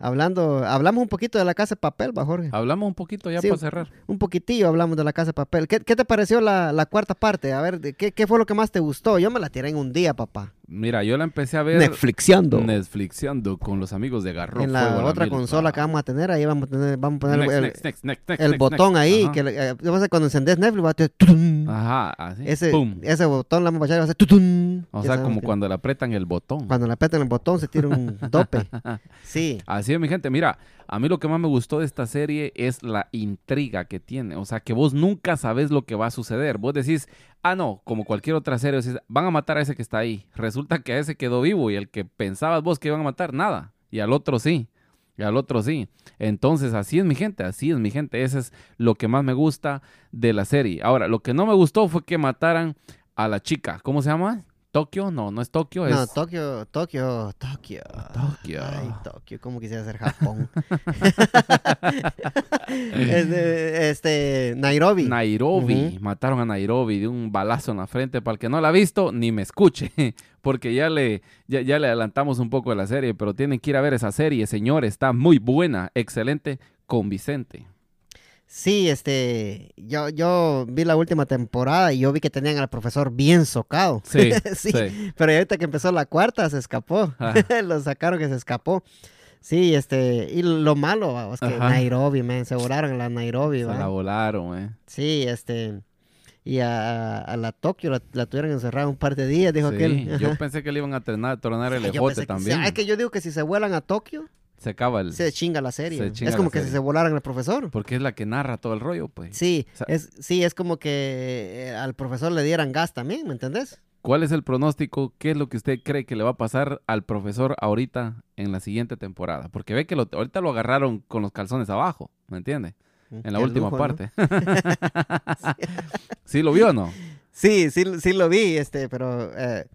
S1: Hablando, hablamos un poquito de la casa de papel, va Jorge.
S2: Hablamos un poquito ya
S1: Sí.
S2: para cerrar.
S1: Un poquitillo hablamos de la casa de papel. ¿Qué, qué te pareció la, la cuarta parte? A ver, ¿de ¿qué, ¿qué fue lo que más te gustó? Yo me la tiré en un día, papá.
S2: Mira, yo la empecé a ver
S1: Netflixiando.
S2: Netflixiando con los amigos de Garro.
S1: en la otra consola que vamos a tener, ahí vamos a, tener, vamos a poner el, el botón ahí. Que le- eh, yo no sé, cuando encendés Netflix, va a hacer tutun.
S2: Ajá, así.
S1: ese,
S2: Pum.
S1: ese botón la vamos a echar y va a hacer tutun.
S2: O
S1: Ya
S2: sea,
S1: sabemos
S2: como
S1: que-
S2: cuando le apretan el botón.
S1: Cuando le apretan el botón, se tira un tope. Sí.
S2: Así es, mi gente. Mira, a mí lo que más me gustó de esta serie es la intriga que tiene. O sea, que vos nunca sabes lo que va a suceder. Vos decís, ah, no, como cualquier otra serie, decís, van a matar a ese que está ahí. Resulta que a ese quedó vivo y el que pensabas vos que iban a matar, nada. Y al otro sí. Y al otro sí. Entonces, así es mi gente, así es mi gente. Ese es lo que más me gusta de la serie. Ahora, lo que no me gustó fue que mataran a la chica. ¿Cómo se llama? ¿Tokio? No, no es Tokio,
S1: No,
S2: es
S1: Tokio, Tokio, Tokio.
S2: Tokio.
S1: Ay, Tokio, cómo quisiera ser Japón. este, este, Nairobi.
S2: Nairobi, mataron a Nairobi de un balazo en la frente. Para el que no la ha visto, ni me escuche, porque ya le, ya, ya le adelantamos un poco de la serie, pero tienen que ir a ver esa serie, señor, está muy buena, excelente, con Vicente.
S1: sí, este, yo, yo vi la última temporada y yo vi que tenían al profesor bien socado.
S2: Sí,
S1: Sí,
S2: sí.
S1: Pero ahorita que empezó la cuarta, se escapó.
S2: Ah.
S1: lo sacaron que se escapó. Sí, este, y lo malo, va, es que
S2: Ajá.
S1: Nairobi, man, se volaron a la Nairobi,
S2: Se
S1: va.
S2: la volaron, eh.
S1: Sí, este, y a, a la Tokio la, la tuvieron encerrada un par de días, dijo
S2: Sí,
S1: aquel.
S2: Yo
S1: Ajá.
S2: pensé que le iban a trenar- tronar el
S1: Yo
S2: ejote
S1: pensé que-
S2: también.
S1: ah, es que yo digo que si se vuelan a Tokio,
S2: Se acaba el...
S1: se chinga la serie.
S2: se
S1: man.
S2: chinga
S1: es como
S2: la
S1: que si
S2: serie.
S1: se volaran al profesor.
S2: Porque es la que narra todo el rollo, pues.
S1: Sí,
S2: O sea-
S1: es, sí, es como que eh, al profesor le dieran gas también, ¿me entendés?
S2: ¿Cuál es el pronóstico? ¿Qué es lo que usted cree que le va a pasar al profesor ahorita en la siguiente temporada? Porque ve que lo- ahorita lo agarraron con los calzones abajo, ¿me entiende? En la
S1: Qué
S2: última
S1: lujo, ¿no?
S2: parte. ¿Sí lo vio o no?
S1: Sí, sí, sí lo vi, este, pero eh,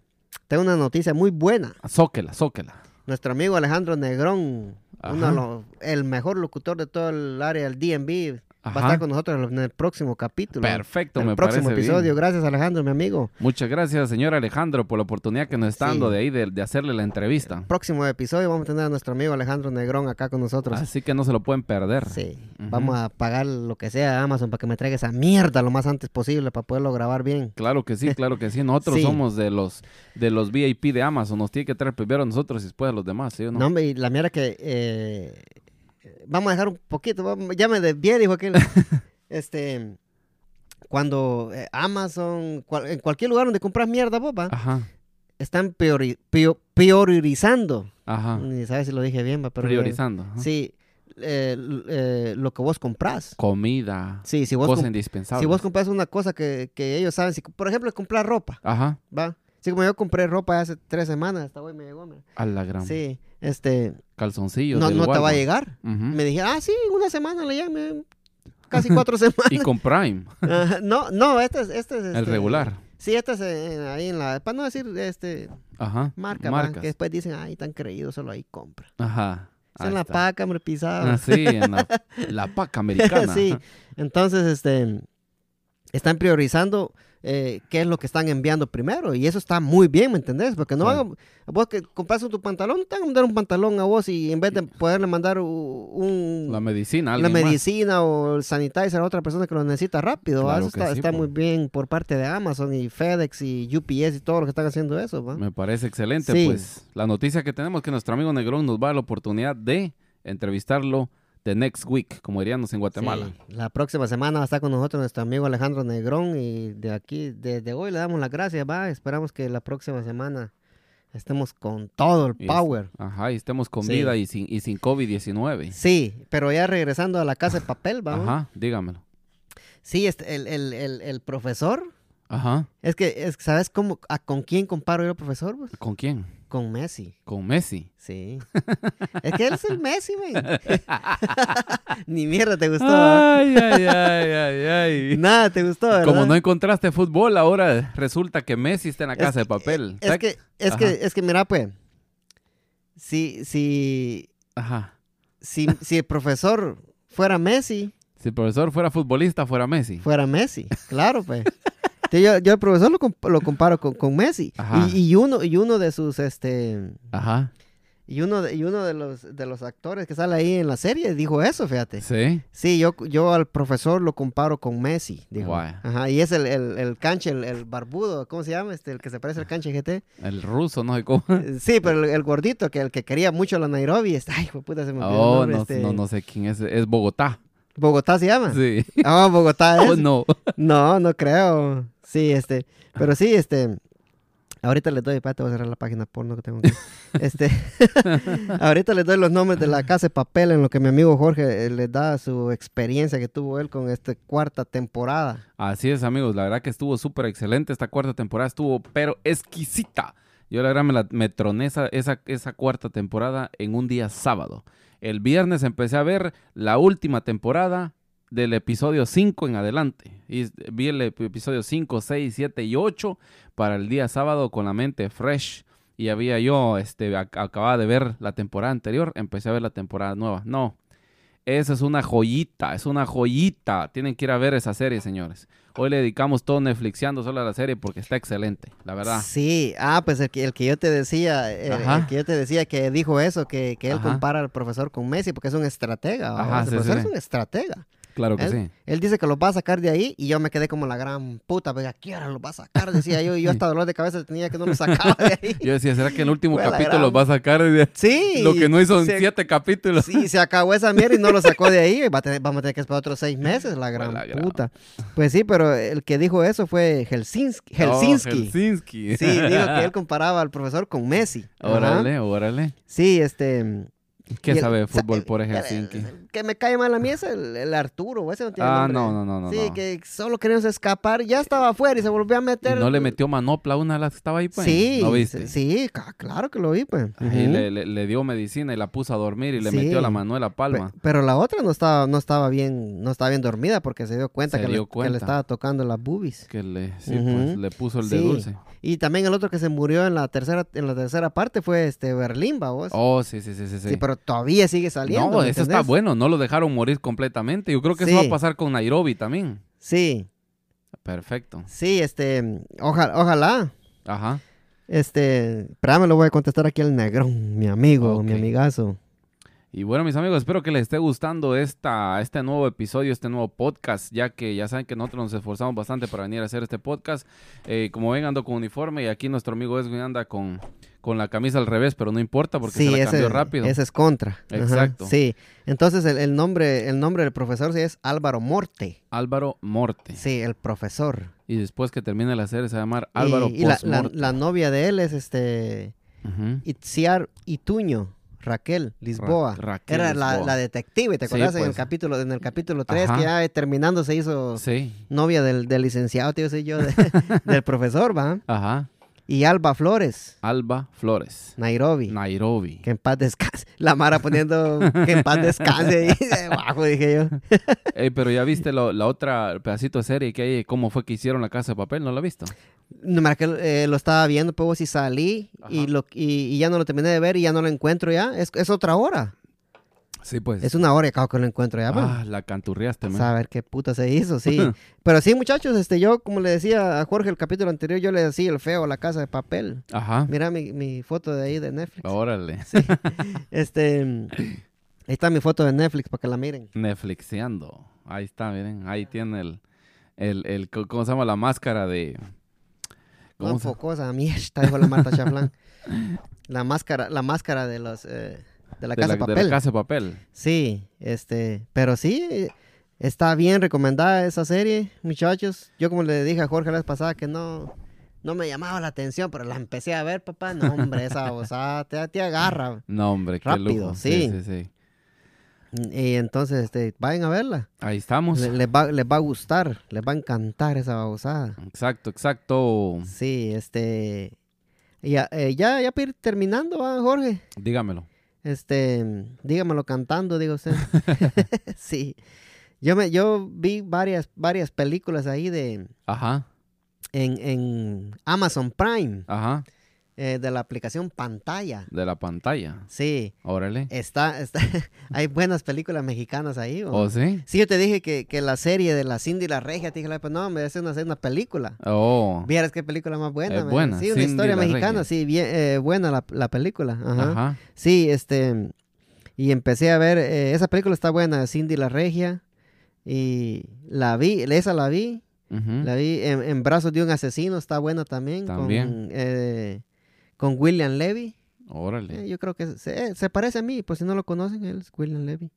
S1: tengo una noticia muy buena.
S2: Zóquela, zóquela.
S1: Nuestro amigo Alejandro Negrón, uno
S2: Ajá.
S1: de los- el mejor locutor de todo el área del DNB, va a
S2: Ajá.
S1: estar con nosotros en el próximo capítulo.
S2: Perfecto,
S1: en
S2: me
S1: el próximo
S2: parece
S1: episodio.
S2: bien.
S1: Gracias, Alejandro, mi amigo.
S2: Muchas gracias, señor Alejandro, por la oportunidad que nos está
S1: Sí.
S2: dando de ahí de, de hacerle la entrevista.
S1: Próximo episodio vamos a tener a nuestro amigo Alejandro Negrón acá con nosotros.
S2: Así que no se lo pueden perder.
S1: Sí,
S2: Ujú.
S1: vamos a pagar lo que sea a Amazon para que me traiga esa mierda lo más antes posible para poderlo grabar bien.
S2: Claro que sí, claro que sí. Nosotros
S1: Sí.
S2: somos de los de los VIP de Amazon. Nos tiene que traer primero a nosotros y después a los demás, ¿sí o no?
S1: No, hombre, y la mierda que... eh, vamos a dejar un poquito, vamos- ya me desvié, dijo aquel. este, cuando eh, Amazon, cual- en cualquier lugar donde compras mierda, boba,
S2: Ajá,
S1: están priori- pio- priorizando.
S2: ajá.
S1: Ni sabes si lo dije bien, va, Mm, pero...
S2: Ah. Priorizando. ajá.
S1: Sí, eh, l- eh, lo que vos compras.
S2: Comida,
S1: Sí, si vos,
S2: cosas
S1: comp-
S2: indispensables.
S1: si vos compras una cosa que, que ellos saben, si, por ejemplo, comprar ropa.
S2: Ajá,
S1: Va. Sí, como yo compré ropa hace tres semanas, hasta hoy me llegó. mira.
S2: a la gran.
S1: Sí, este,
S2: Calzoncillos.
S1: no,
S2: del
S1: no te va a
S2: Walmart.
S1: llegar.
S2: Ujú.
S1: Me dije, ah, sí, una semana le llamé, casi cuatro semanas.
S2: Y con Prime,
S1: Ajá, no, no, este es, este es,
S2: el
S1: este,
S2: regular.
S1: Sí, este es eh, ahí en la, para no decir, este,
S2: Ajá.
S1: marca, va,
S2: Marcas.
S1: que después dicen, ay, tan creído, solo ahí compra.
S2: Ajá.
S1: Es en
S2: ahí
S1: la
S2: está.
S1: paca, me pisaba.
S2: Ah, sí, en la, la paca americana.
S1: sí, entonces, este, están priorizando eh, qué es lo que están enviando primero. Y eso está muy bien, ¿me entendés? Porque no
S2: Sí.
S1: van a, vos que compras tu pantalón, no te van a mandar un pantalón a vos y en vez de poderle mandar u- un,
S2: La medicina,
S1: la
S2: alguien más.
S1: medicina o el sanitizer a otra persona que lo necesita rápido. ¿va?
S2: Claro
S1: Eso
S2: que
S1: está,
S2: sí, pues.
S1: está
S2: po.
S1: muy bien por parte de Amazon y FedEx y UPS y todo lo que están haciendo eso. ¿va?
S2: Me parece excelente.
S1: Sí.
S2: Pues la noticia que tenemos es que nuestro amigo Negrón nos va a dar la oportunidad de entrevistarlo the next week, como diríamos en Guatemala.
S1: Sí, La próxima semana va a estar con nosotros nuestro amigo Alejandro Negrón y de aquí, desde hoy le damos las gracias, va. Esperamos que la próxima semana estemos con todo el
S2: Y es-
S1: power.
S2: Ajá, y estemos con
S1: Sí.
S2: vida y sin, y sin COVID-19.
S1: Sí, pero ya regresando a la casa de papel, vamos.
S2: Ajá, dígamelo.
S1: Sí, este, el, el- el- el profesor.
S2: Ajá.
S1: Es que, es que, ¿sabes cómo, a, con quién comparo yo al profesor? pues?
S2: ¿Con quién?
S1: Con Messi.
S2: Con Messi.
S1: Sí. es que él es el Messi, güey. Ni mierda te gustó. ¿verdad?
S2: Ay, ay, ay, ay, ay.
S1: Nada te gustó, ¿verdad?
S2: Como no encontraste fútbol, ahora resulta que Messi está en la
S1: Es
S2: casa de
S1: que- eh,
S2: papel.
S1: Es
S2: Tac.
S1: que, es
S2: Ajá.
S1: que, es que, mira, pues. Si, si,
S2: Ajá.
S1: si, si el profesor fuera Messi,
S2: Si el profesor fuera futbolista, fuera Messi.
S1: fuera Messi. Claro, pues. Entonces, Yo, yo el profesor lo, comp- lo comparo con, con Messi.
S2: Ajá.
S1: Y, y uno, y uno de sus este
S2: Ajá.
S1: Y uno, de, y uno de, los, de los actores que sale ahí en la serie dijo eso, fíjate.
S2: Sí.
S1: Sí, yo, yo al profesor lo comparo con Messi, dijo.
S2: Guay.
S1: Ajá, y es el, el, el canche, el, el barbudo, ¿cómo se llama? Este, el que se parece
S2: Ah.
S1: al canche GT.
S2: El ruso, no sé cómo.
S1: Eh, Sí, pero el, el gordito, que el que quería mucho la Nairobi. Este, ay, puta, se me olvidó el
S2: Oh,
S1: nombre,
S2: no,
S1: este,
S2: no, no sé quién es. Es Bogotá.
S1: ¿Bogotá se llama?
S2: Sí.
S1: Ah, Bogotá es.
S2: Oh, no.
S1: No, no creo. Sí, este. Pero sí, este. Ahorita les doy, espérate, voy a cerrar la página porno que tengo aquí. Este, ahorita les doy los nombres de la casa de papel en lo que mi amigo Jorge eh, les da su experiencia que tuvo él con esta cuarta temporada.
S2: Así es, amigos. La verdad que estuvo súper excelente. Esta cuarta temporada estuvo, pero exquisita. Yo la verdad me, la, me troné esa, esa, esa cuarta temporada en un día sábado. El viernes empecé a ver la última temporada del episodio 5 en adelante. Y vi el ep- episodio 5, 6, 7 y 8 para el día sábado con la mente fresh. Y había yo, este, ac- acababa de ver la temporada anterior, empecé a ver la temporada nueva. No, esa es una joyita, es una joyita. Tienen que ir a ver esa serie, señores. Hoy le dedicamos todo Netflixiando solo a la serie porque está excelente, la verdad.
S1: Sí, ah, pues el que, el que yo te decía, eh, el,
S2: Ajá.
S1: el que yo te decía que dijo eso, que, que él
S2: Ajá.
S1: compara al profesor con Messi porque es un estratega. ¿va?
S2: Ajá,
S1: el
S2: sí,
S1: profesor
S2: sí,
S1: es
S2: sí.
S1: un estratega.
S2: Claro que
S1: ¿Eh?
S2: sí.
S1: Él dice que lo va a sacar de ahí y yo me quedé como la gran puta, venga, ¿a qué hora lo va a sacar? Decía yo, y yo hasta dolor de cabeza tenía que no lo sacaba de ahí.
S2: Yo decía, ¿será que el último
S1: Fue la
S2: capítulo
S1: gran-
S2: los va a sacar?
S1: Sí.
S2: Lo que no hizo en
S1: se-
S2: siete capítulos.
S1: Sí, se acabó esa mierda y no lo sacó de ahí. Va a tener- vamos a tener que esperar otros seis meses, la gran
S2: la gran-
S1: puta. Pues sí, pero el que dijo eso fue Helsinki.
S2: Oh,
S1: Helsinki.
S2: Helsinki.
S1: Sí, dijo que él comparaba al profesor con Messi. Ajá.
S2: Órale, órale.
S1: Sí, este...
S2: ¿Qué
S1: y el-
S2: sabe de
S1: o sea,
S2: fútbol
S1: el-
S2: por
S1: el-
S2: Helsinki?
S1: el que me cae mal a mí es el, el Arturo, ese no tiene
S2: ah,
S1: nombre.
S2: no, no, no, no.
S1: sí,
S2: no.
S1: que solo queríamos escapar. Ya estaba afuera y se volvió a
S2: ¿Y
S1: meter.
S2: no le metió manopla a una de las que estaba ahí, pues?
S1: Sí,
S2: ¿No viste?
S1: sí, ca- claro que lo vi, pues.
S2: Ahí
S1: Ujú.
S2: le, le- le dio medicina y la puso a dormir y le
S1: Sí.
S2: metió la Manuela
S1: Pe-
S2: Palma.
S1: Pero la otra no estaba, no estaba bien, no estaba bien dormida porque se dio cuenta,
S2: Se
S1: que,
S2: dio
S1: le, que le
S2: cuenta.
S1: estaba tocando las boobies.
S2: Que le, sí,
S1: Ujú.
S2: pues, le puso el de
S1: Sí.
S2: dulce.
S1: Y también el otro que se murió en la tercera, en la tercera parte fue este Berlín, ¿va vos.
S2: Oh, sí, sí, sí, sí. sí.
S1: sí. pero todavía sigue saliendo.
S2: no,
S1: ¿me
S2: eso está
S1: entendés?
S2: bueno, no lo dejaron morir completamente. Yo creo que eso va
S1: Sí.
S2: a pasar con Nairobi también.
S1: Sí,
S2: Perfecto.
S1: sí, este, ojalá, ojalá.
S2: Ajá.
S1: Este, espérame, lo voy a contestar aquí al negrón, mi amigo, mi
S2: Ok.
S1: amigazo.
S2: Y bueno, mis amigos, espero que les esté gustando esta, este nuevo episodio, este nuevo podcast, ya que ya saben que nosotros nos esforzamos bastante para venir a hacer este podcast. Eh, como ven, ando con uniforme y aquí nuestro amigo Edwin anda con, con la camisa al revés, pero no importa porque
S1: sí,
S2: se la
S1: ese,
S2: cambió rápido.
S1: ese es contra. Ajá,
S2: Exacto.
S1: sí, entonces el, el nombre, el nombre del profesor sí es Álvaro Morte.
S2: Álvaro Morte.
S1: Sí, el profesor.
S2: Y después que termine la serie se va a llamar Álvaro
S1: y, y la, la-
S2: Postmorte.
S1: la novia de él es este
S2: Ujú.
S1: Itziar Ituño, Raquel Lisboa.
S2: Ra- Raquel
S1: Era la,
S2: Lisboa.
S1: la detective, ¿te
S2: Sí,
S1: acuerdas? en el
S2: pues.
S1: capítulo en el capítulo 3
S2: Ajá.
S1: que ya eh, terminando se hizo
S2: Sí.
S1: novia del, del licenciado, tío, soy yo, de- del profesor, ¿va?
S2: Ajá.
S1: Y Alba Flores,
S2: Alba Flores.
S1: Nairobi.
S2: Nairobi.
S1: Que en paz descanse. La Mara poniendo que en paz descanse ahí debajo, dije yo.
S2: Ey, pero ya viste lo- la otra pedacito de serie que hay, cómo fue que hicieron la casa de papel, ¿no la has visto?
S1: No, mira que eh, lo estaba viendo, pues si salí y,
S2: Ajá.
S1: lo, y, y ya no lo terminé de ver y ya no lo encuentro ya. Es, es otra hora.
S2: Sí, pues.
S1: Es una hora y acabo que lo encuentro ya. pues.
S2: Ah, la canturriaste, man.
S1: Saber qué puta se hizo, sí. Pero sí, muchachos, este, yo, como le decía a Jorge el capítulo anterior, yo le decía el feo, la casa de papel.
S2: Ajá.
S1: Mira mi, mi foto de ahí de Netflix.
S2: Oh. Órale.
S1: Este, mm, ahí está mi foto de Netflix para que la miren.
S2: Netflixeando. Ahí está, miren. Ahí tiene el, el, el- co- ¿cómo se llama? La máscara de...
S1: No,
S2: ¿Cómo se-
S1: focosa, mierda, dijo la Marta Chaflán. La máscara, la máscara de los, eh, de la
S2: de
S1: casa de
S2: la- de
S1: papel.
S2: la casa de papel.
S1: Sí, este, pero sí, eh, está bien recomendada esa serie, muchachos. Yo como le dije a Jorge la vez pasada que no, no me llamaba la atención, pero la empecé a ver, papá. No, hombre, esa osada te, te agarra.
S2: No, hombre, qué
S1: Rápido,
S2: lujo.
S1: sí.
S2: sí, sí.
S1: Y entonces, este, vayan a verla.
S2: Ahí estamos.
S1: Le- les, va, les va a gustar, les va a encantar esa babosada.
S2: Exacto, exacto.
S1: Sí, este, ya, eh, ya, ya para ir terminando, ¿va, Jorge.
S2: Dígamelo.
S1: Este, dígamelo cantando, digo usted. sí. Yo me, yo vi varias, varias películas ahí de
S2: Ajá,
S1: en, en Amazon Prime.
S2: ajá.
S1: eh, de la aplicación pantalla.
S2: de la pantalla.
S1: Sí,
S2: Órale.
S1: está, está hay buenas películas mexicanas ahí. ¿o?
S2: ¿O ¿Oh, sí?
S1: Sí, yo te dije que, que la serie de la Cindy y la Regia, te dije, la- pues no, me hace una, es una película.
S2: Oh.
S1: Vieras qué película más buena.
S2: Es
S1: man.
S2: buena,
S1: Sí, una
S2: Cindy
S1: historia
S2: la
S1: mexicana,
S2: Regia.
S1: sí, bien eh, buena la, la película. Ajá.
S2: Ajá.
S1: Sí, este, y empecé a ver, eh, esa película está buena, Cindy la Regia, y la vi, esa la vi,
S2: Ujú.
S1: la vi en, en Brazos de un Asesino, está buena también. Con,
S2: También.
S1: eh, con William Levy. Eh,
S2: Órale.
S1: yo creo que se, eh, se parece a mí, por si no lo conocen, él es William Levy.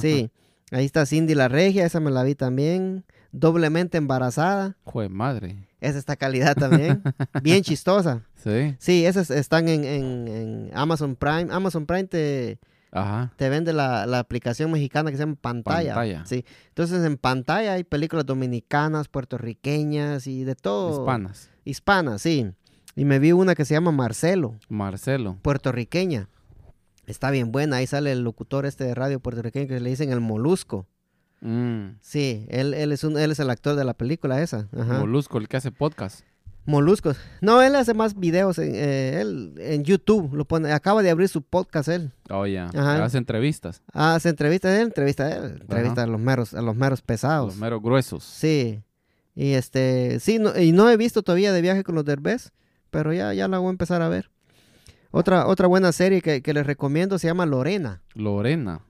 S1: sí, ahí está Cindy la Regia, esa me la vi también. Doblemente embarazada,
S2: Jue madre.
S1: esa está calidad también. Bien chistosa.
S2: Sí.
S1: Sí, esas están en, en- en Amazon Prime. Amazon Prime te,
S2: Ajá.
S1: te vende la, la aplicación mexicana que se llama Pantalla.
S2: Pantalla.
S1: Sí. Entonces en Pantalla hay películas dominicanas, puertorriqueñas y de todo.
S2: Hispanas.
S1: Hispana, sí. Y me vi una que se llama Marcelo,
S2: Marcelo.
S1: puertorriqueña. Está bien buena, ahí sale el locutor este de radio puertorriqueño que le dicen el Molusco.
S2: Mm.
S1: Sí, él, él, es, un, él es el actor de la película esa. Ajá.
S2: Molusco, el que hace podcast.
S1: Moluscos. No, él hace más videos en, eh, él, en YouTube. Lo pone, acaba de abrir su podcast él.
S2: Oh, ya.
S1: Ajá.
S2: Hace entrevistas.
S1: Hace entrevistas él, entrevista a él, entrevista a los meros, a los meros pesados.
S2: Los meros gruesos.
S1: Sí. Y este, sí, no, y no he visto todavía de viaje con los derbés, pero ya, ya la voy a empezar a ver. Otra, otra buena serie que, que les recomiendo se llama Lorena,
S2: Lorena.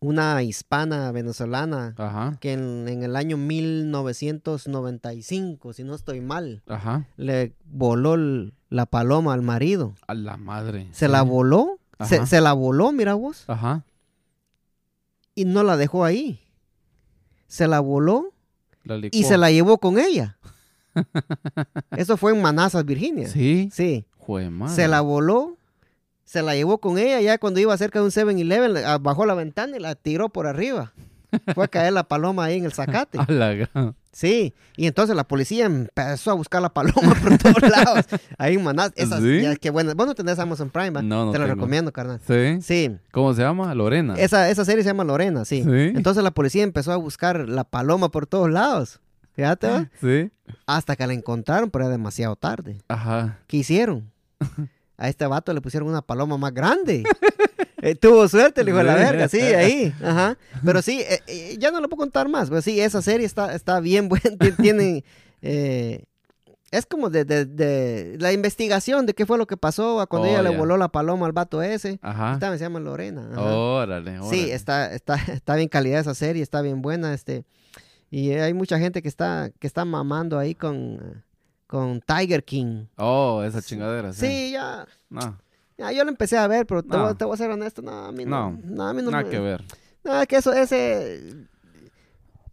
S1: una hispana venezolana
S2: Ajá.
S1: que en, en el año 1995, si no estoy mal,
S2: Ajá.
S1: le voló el- la paloma al marido.
S2: A la madre.
S1: Se la
S2: Sí.
S1: voló, se,
S2: Ajá.
S1: se la voló, mira vos,
S2: Ajá.
S1: y no la dejó ahí. Se la voló
S2: La licuó.
S1: y se la llevó con ella. Eso fue en Manassas, Virginia.
S2: Sí.
S1: Sí,
S2: Jue madre.
S1: se la voló, se la llevó con ella, ya cuando iba cerca de un 7-Eleven, le- ah, bajó la ventana y la tiró por arriba. Fue a caer la paloma ahí en el zacate.
S2: A la gran-
S1: Sí, y entonces la policía empezó a buscar la paloma por todos lados. Ahí en Manassas, esas,
S2: ¿Sí?
S1: ya, qué buenas. Vos no tenés Amazon Prime, ¿va?
S2: No, no
S1: Te lo
S2: tengo.
S1: recomiendo, carnal.
S2: Sí.
S1: Sí,
S2: ¿Cómo se llama? Lorena.
S1: esa, esa serie se llama Lorena, sí.
S2: Sí.
S1: Entonces la policía empezó a buscar la paloma por todos lados. Fíjate, ¿va?
S2: Sí.
S1: Hasta que la encontraron, pero era demasiado tarde.
S2: Ajá.
S1: ¿Qué hicieron? A este vato le pusieron una paloma más grande. Eh, tuvo suerte, el hijo de la verga, sí, ahí. Ajá. Pero sí, eh, eh, ya no lo puedo contar más. Pero sí, esa serie está, está bien buena. Tien- Tiene. eh, es como de, de- de la investigación de qué fue lo que pasó a cuando
S2: Oh,
S1: ella le
S2: ya.
S1: voló la paloma al vato ese.
S2: Ajá.
S1: Esta se llama Lorena. ajá.
S2: Órale, Oh, órale.
S1: Sí, está, está, está bien calidad esa serie, está bien buena, este, y hay mucha gente que está, que está mamando ahí con, con Tiger King.
S2: Oh, esa chingadera. Sí.
S1: Sí, ya,
S2: No,
S1: ya yo lo empecé a ver, pero te,
S2: No.
S1: voy, te voy a ser honesto, no, a mí no,
S2: No,
S1: no, a mí no
S2: nada
S1: me-
S2: que ver.
S1: no, es que eso, ese,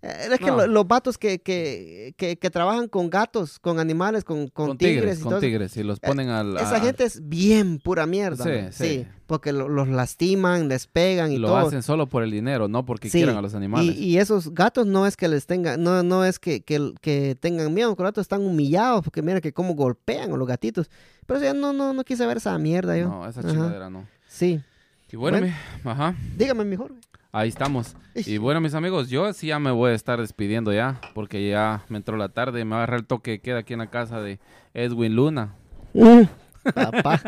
S1: eh, es que
S2: No.
S1: lo- los vatos que, que, que, que trabajan con gatos, con animales, con, con,
S2: Con
S1: tigres,
S2: tigres,
S1: y
S2: con
S1: todo eso,
S2: tigres. Y los ponen a la...
S1: Esa gente es bien pura mierda.
S2: Sí,
S1: man, sí,
S2: sí.
S1: porque lo- los lastiman, les pegan y
S2: Lo
S1: todo.
S2: hacen solo por el dinero, no porque
S1: Sí,
S2: quieran a los animales.
S1: Y, y esos gatos no es que les tengan, no, no es que, que, que tengan miedo, los gatos están humillados porque mira que cómo golpean a los gatitos. Pero ya no, no, no quise ver esa mierda yo.
S2: No, esa
S1: Ajá.
S2: chingadera no.
S1: Sí.
S2: Y bueno,
S1: Bueno.
S2: mi- ajá,
S1: Dígame mejor.
S2: ahí estamos. Y bueno, mis amigos, yo sí ya me voy a estar despidiendo ya, porque ya me entró la tarde, me va a agarrar el toque que queda aquí en la casa de Edwin Luna. ¡Uh!
S1: Mm, Papá.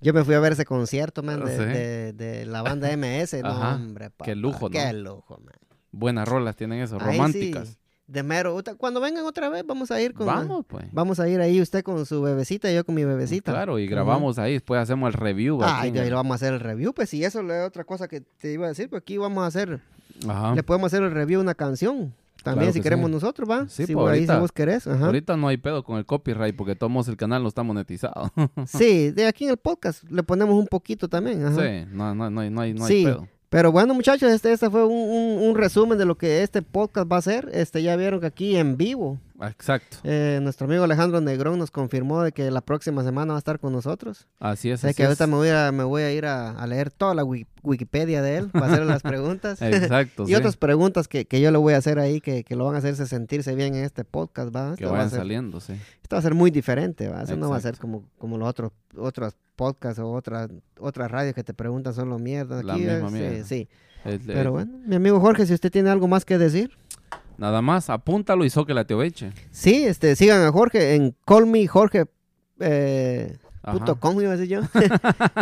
S1: Yo me fui a ver ese concierto, man, de,
S2: Sí.
S1: de- de la banda MS. No,
S2: Ajá.
S1: hombre, papá.
S2: Qué lujo, ¿no?
S1: Qué lujo, man.
S2: Buenas rolas tienen eso,
S1: Ahí sí,
S2: románticas.
S1: de mero. Uta- Cuando vengan otra vez, vamos a ir con.
S2: Vamos, pues.
S1: Vamos a ir ahí, usted con su bebecita y yo con mi bebecita.
S2: Claro, y
S1: Ujú.
S2: grabamos ahí, después hacemos el review.
S1: Ah,
S2: aquí
S1: y
S2: en
S1: ahí
S2: el-
S1: lo vamos a hacer el review, pues y eso es otra cosa que te iba a decir, pues aquí vamos a hacer,
S2: Ajá.
S1: le podemos hacer el review a una canción, también
S2: Ah. Claro
S1: si
S2: que
S1: queremos
S2: sí.
S1: nosotros, ¿va?
S2: Sí,
S1: si,
S2: pues,
S1: ahí, si
S2: ahorita.
S1: vos querés, ajá.
S2: Ahorita no hay pedo con el copyright porque tomamos el canal no está monetizado.
S1: Sí, de aquí en el podcast le ponemos un poquito también, ajá.
S2: sí, no, no, no, hay- no hay, no
S1: Sí.
S2: hay pedo.
S1: Pero bueno, muchachos, este, este fue un, un- un resumen de lo que este podcast va a ser. Este, ya vieron que aquí en vivo,
S2: Exacto.
S1: eh, nuestro amigo Alejandro Negrón nos confirmó de que la próxima semana va a estar con nosotros.
S2: Así es.
S1: Sé
S2: así
S1: que ahorita
S2: es.
S1: me voy a, me voy a ir a, a leer toda la wi- Wikipedia de él para hacerle las preguntas.
S2: Exacto.
S1: Y
S2: sí,
S1: otras preguntas que, que yo le voy a hacer ahí que, que lo van a hacerse sentirse bien en este podcast, ¿va?
S2: que
S1: Esto, va a
S2: vayan
S1: ser,
S2: saliendo, sí.
S1: esto va a ser muy diferente, ¿va? Eso no va a ser como, como los otros otros podcasts o otras otras radios que te preguntan solo mierda. Aquí
S2: La misma
S1: es,
S2: mierda.
S1: Sí, sí.
S2: El- el-
S1: Pero bueno, mi amigo Jorge, si usted tiene algo más que decir.
S2: Nada más, apúntalo y soque la teobeche.
S1: Sí, este, sigan a Jorge en Call Me Jorge eh,
S2: Ajá.
S1: puto com, iba a decir yo,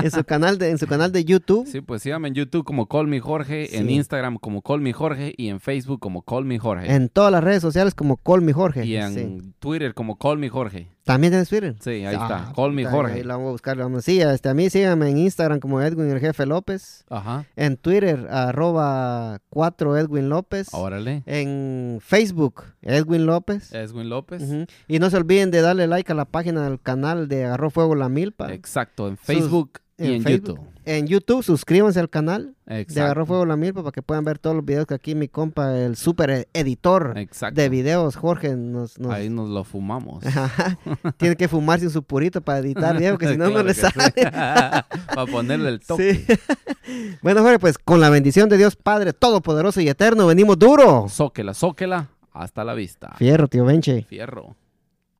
S1: en, su canal de, en su canal de YouTube.
S2: Sí, pues síganme en YouTube como Call Me Jorge, en
S1: Sí.
S2: Instagram como Call Me Jorge y en Facebook como Call Me Jorge.
S1: En todas las redes sociales como Call Me Jorge.
S2: y en
S1: sí.
S2: Twitter como Call Me Jorge.
S1: También tienes Twitter.
S2: Sí, ahí
S1: Ah,
S2: está. Call Me
S1: puta, Ahí
S2: Jorge.
S1: la vamos a buscar. la vamos- Sí, este, a mí síganme en Instagram como Edwin el Jefe López.
S2: Ajá.
S1: En Twitter, arroba 4 Edwin López.
S2: Órale.
S1: En Facebook, Edwin López.
S2: Edwin López.
S1: Ujú. Y no se olviden de darle like a la página del canal de Agarró Fuego la Milpa.
S2: Exacto, en
S1: Sus-
S2: Facebook y en
S1: Facebook.
S2: YouTube.
S1: En YouTube, suscríbanse al canal de Agarró
S2: Exacto.
S1: Fuego la Milpa para que puedan ver todos los videos que aquí mi compa, el super editor
S2: Exacto.
S1: de videos, Jorge, nos, nos-
S2: Ahí nos lo fumamos.
S1: Ajá. Tiene que fumarse un su purito para editar bien, porque si no, no
S2: Claro
S1: le
S2: que
S1: sale.
S2: sí. Para ponerle el toque.
S1: Sí. bueno, Jorge, pues con la bendición de Dios Padre Todopoderoso y Eterno, venimos duro.
S2: Zóquela, zóquela. Hasta la vista.
S1: Fierro, tío Benche.
S2: Fierro.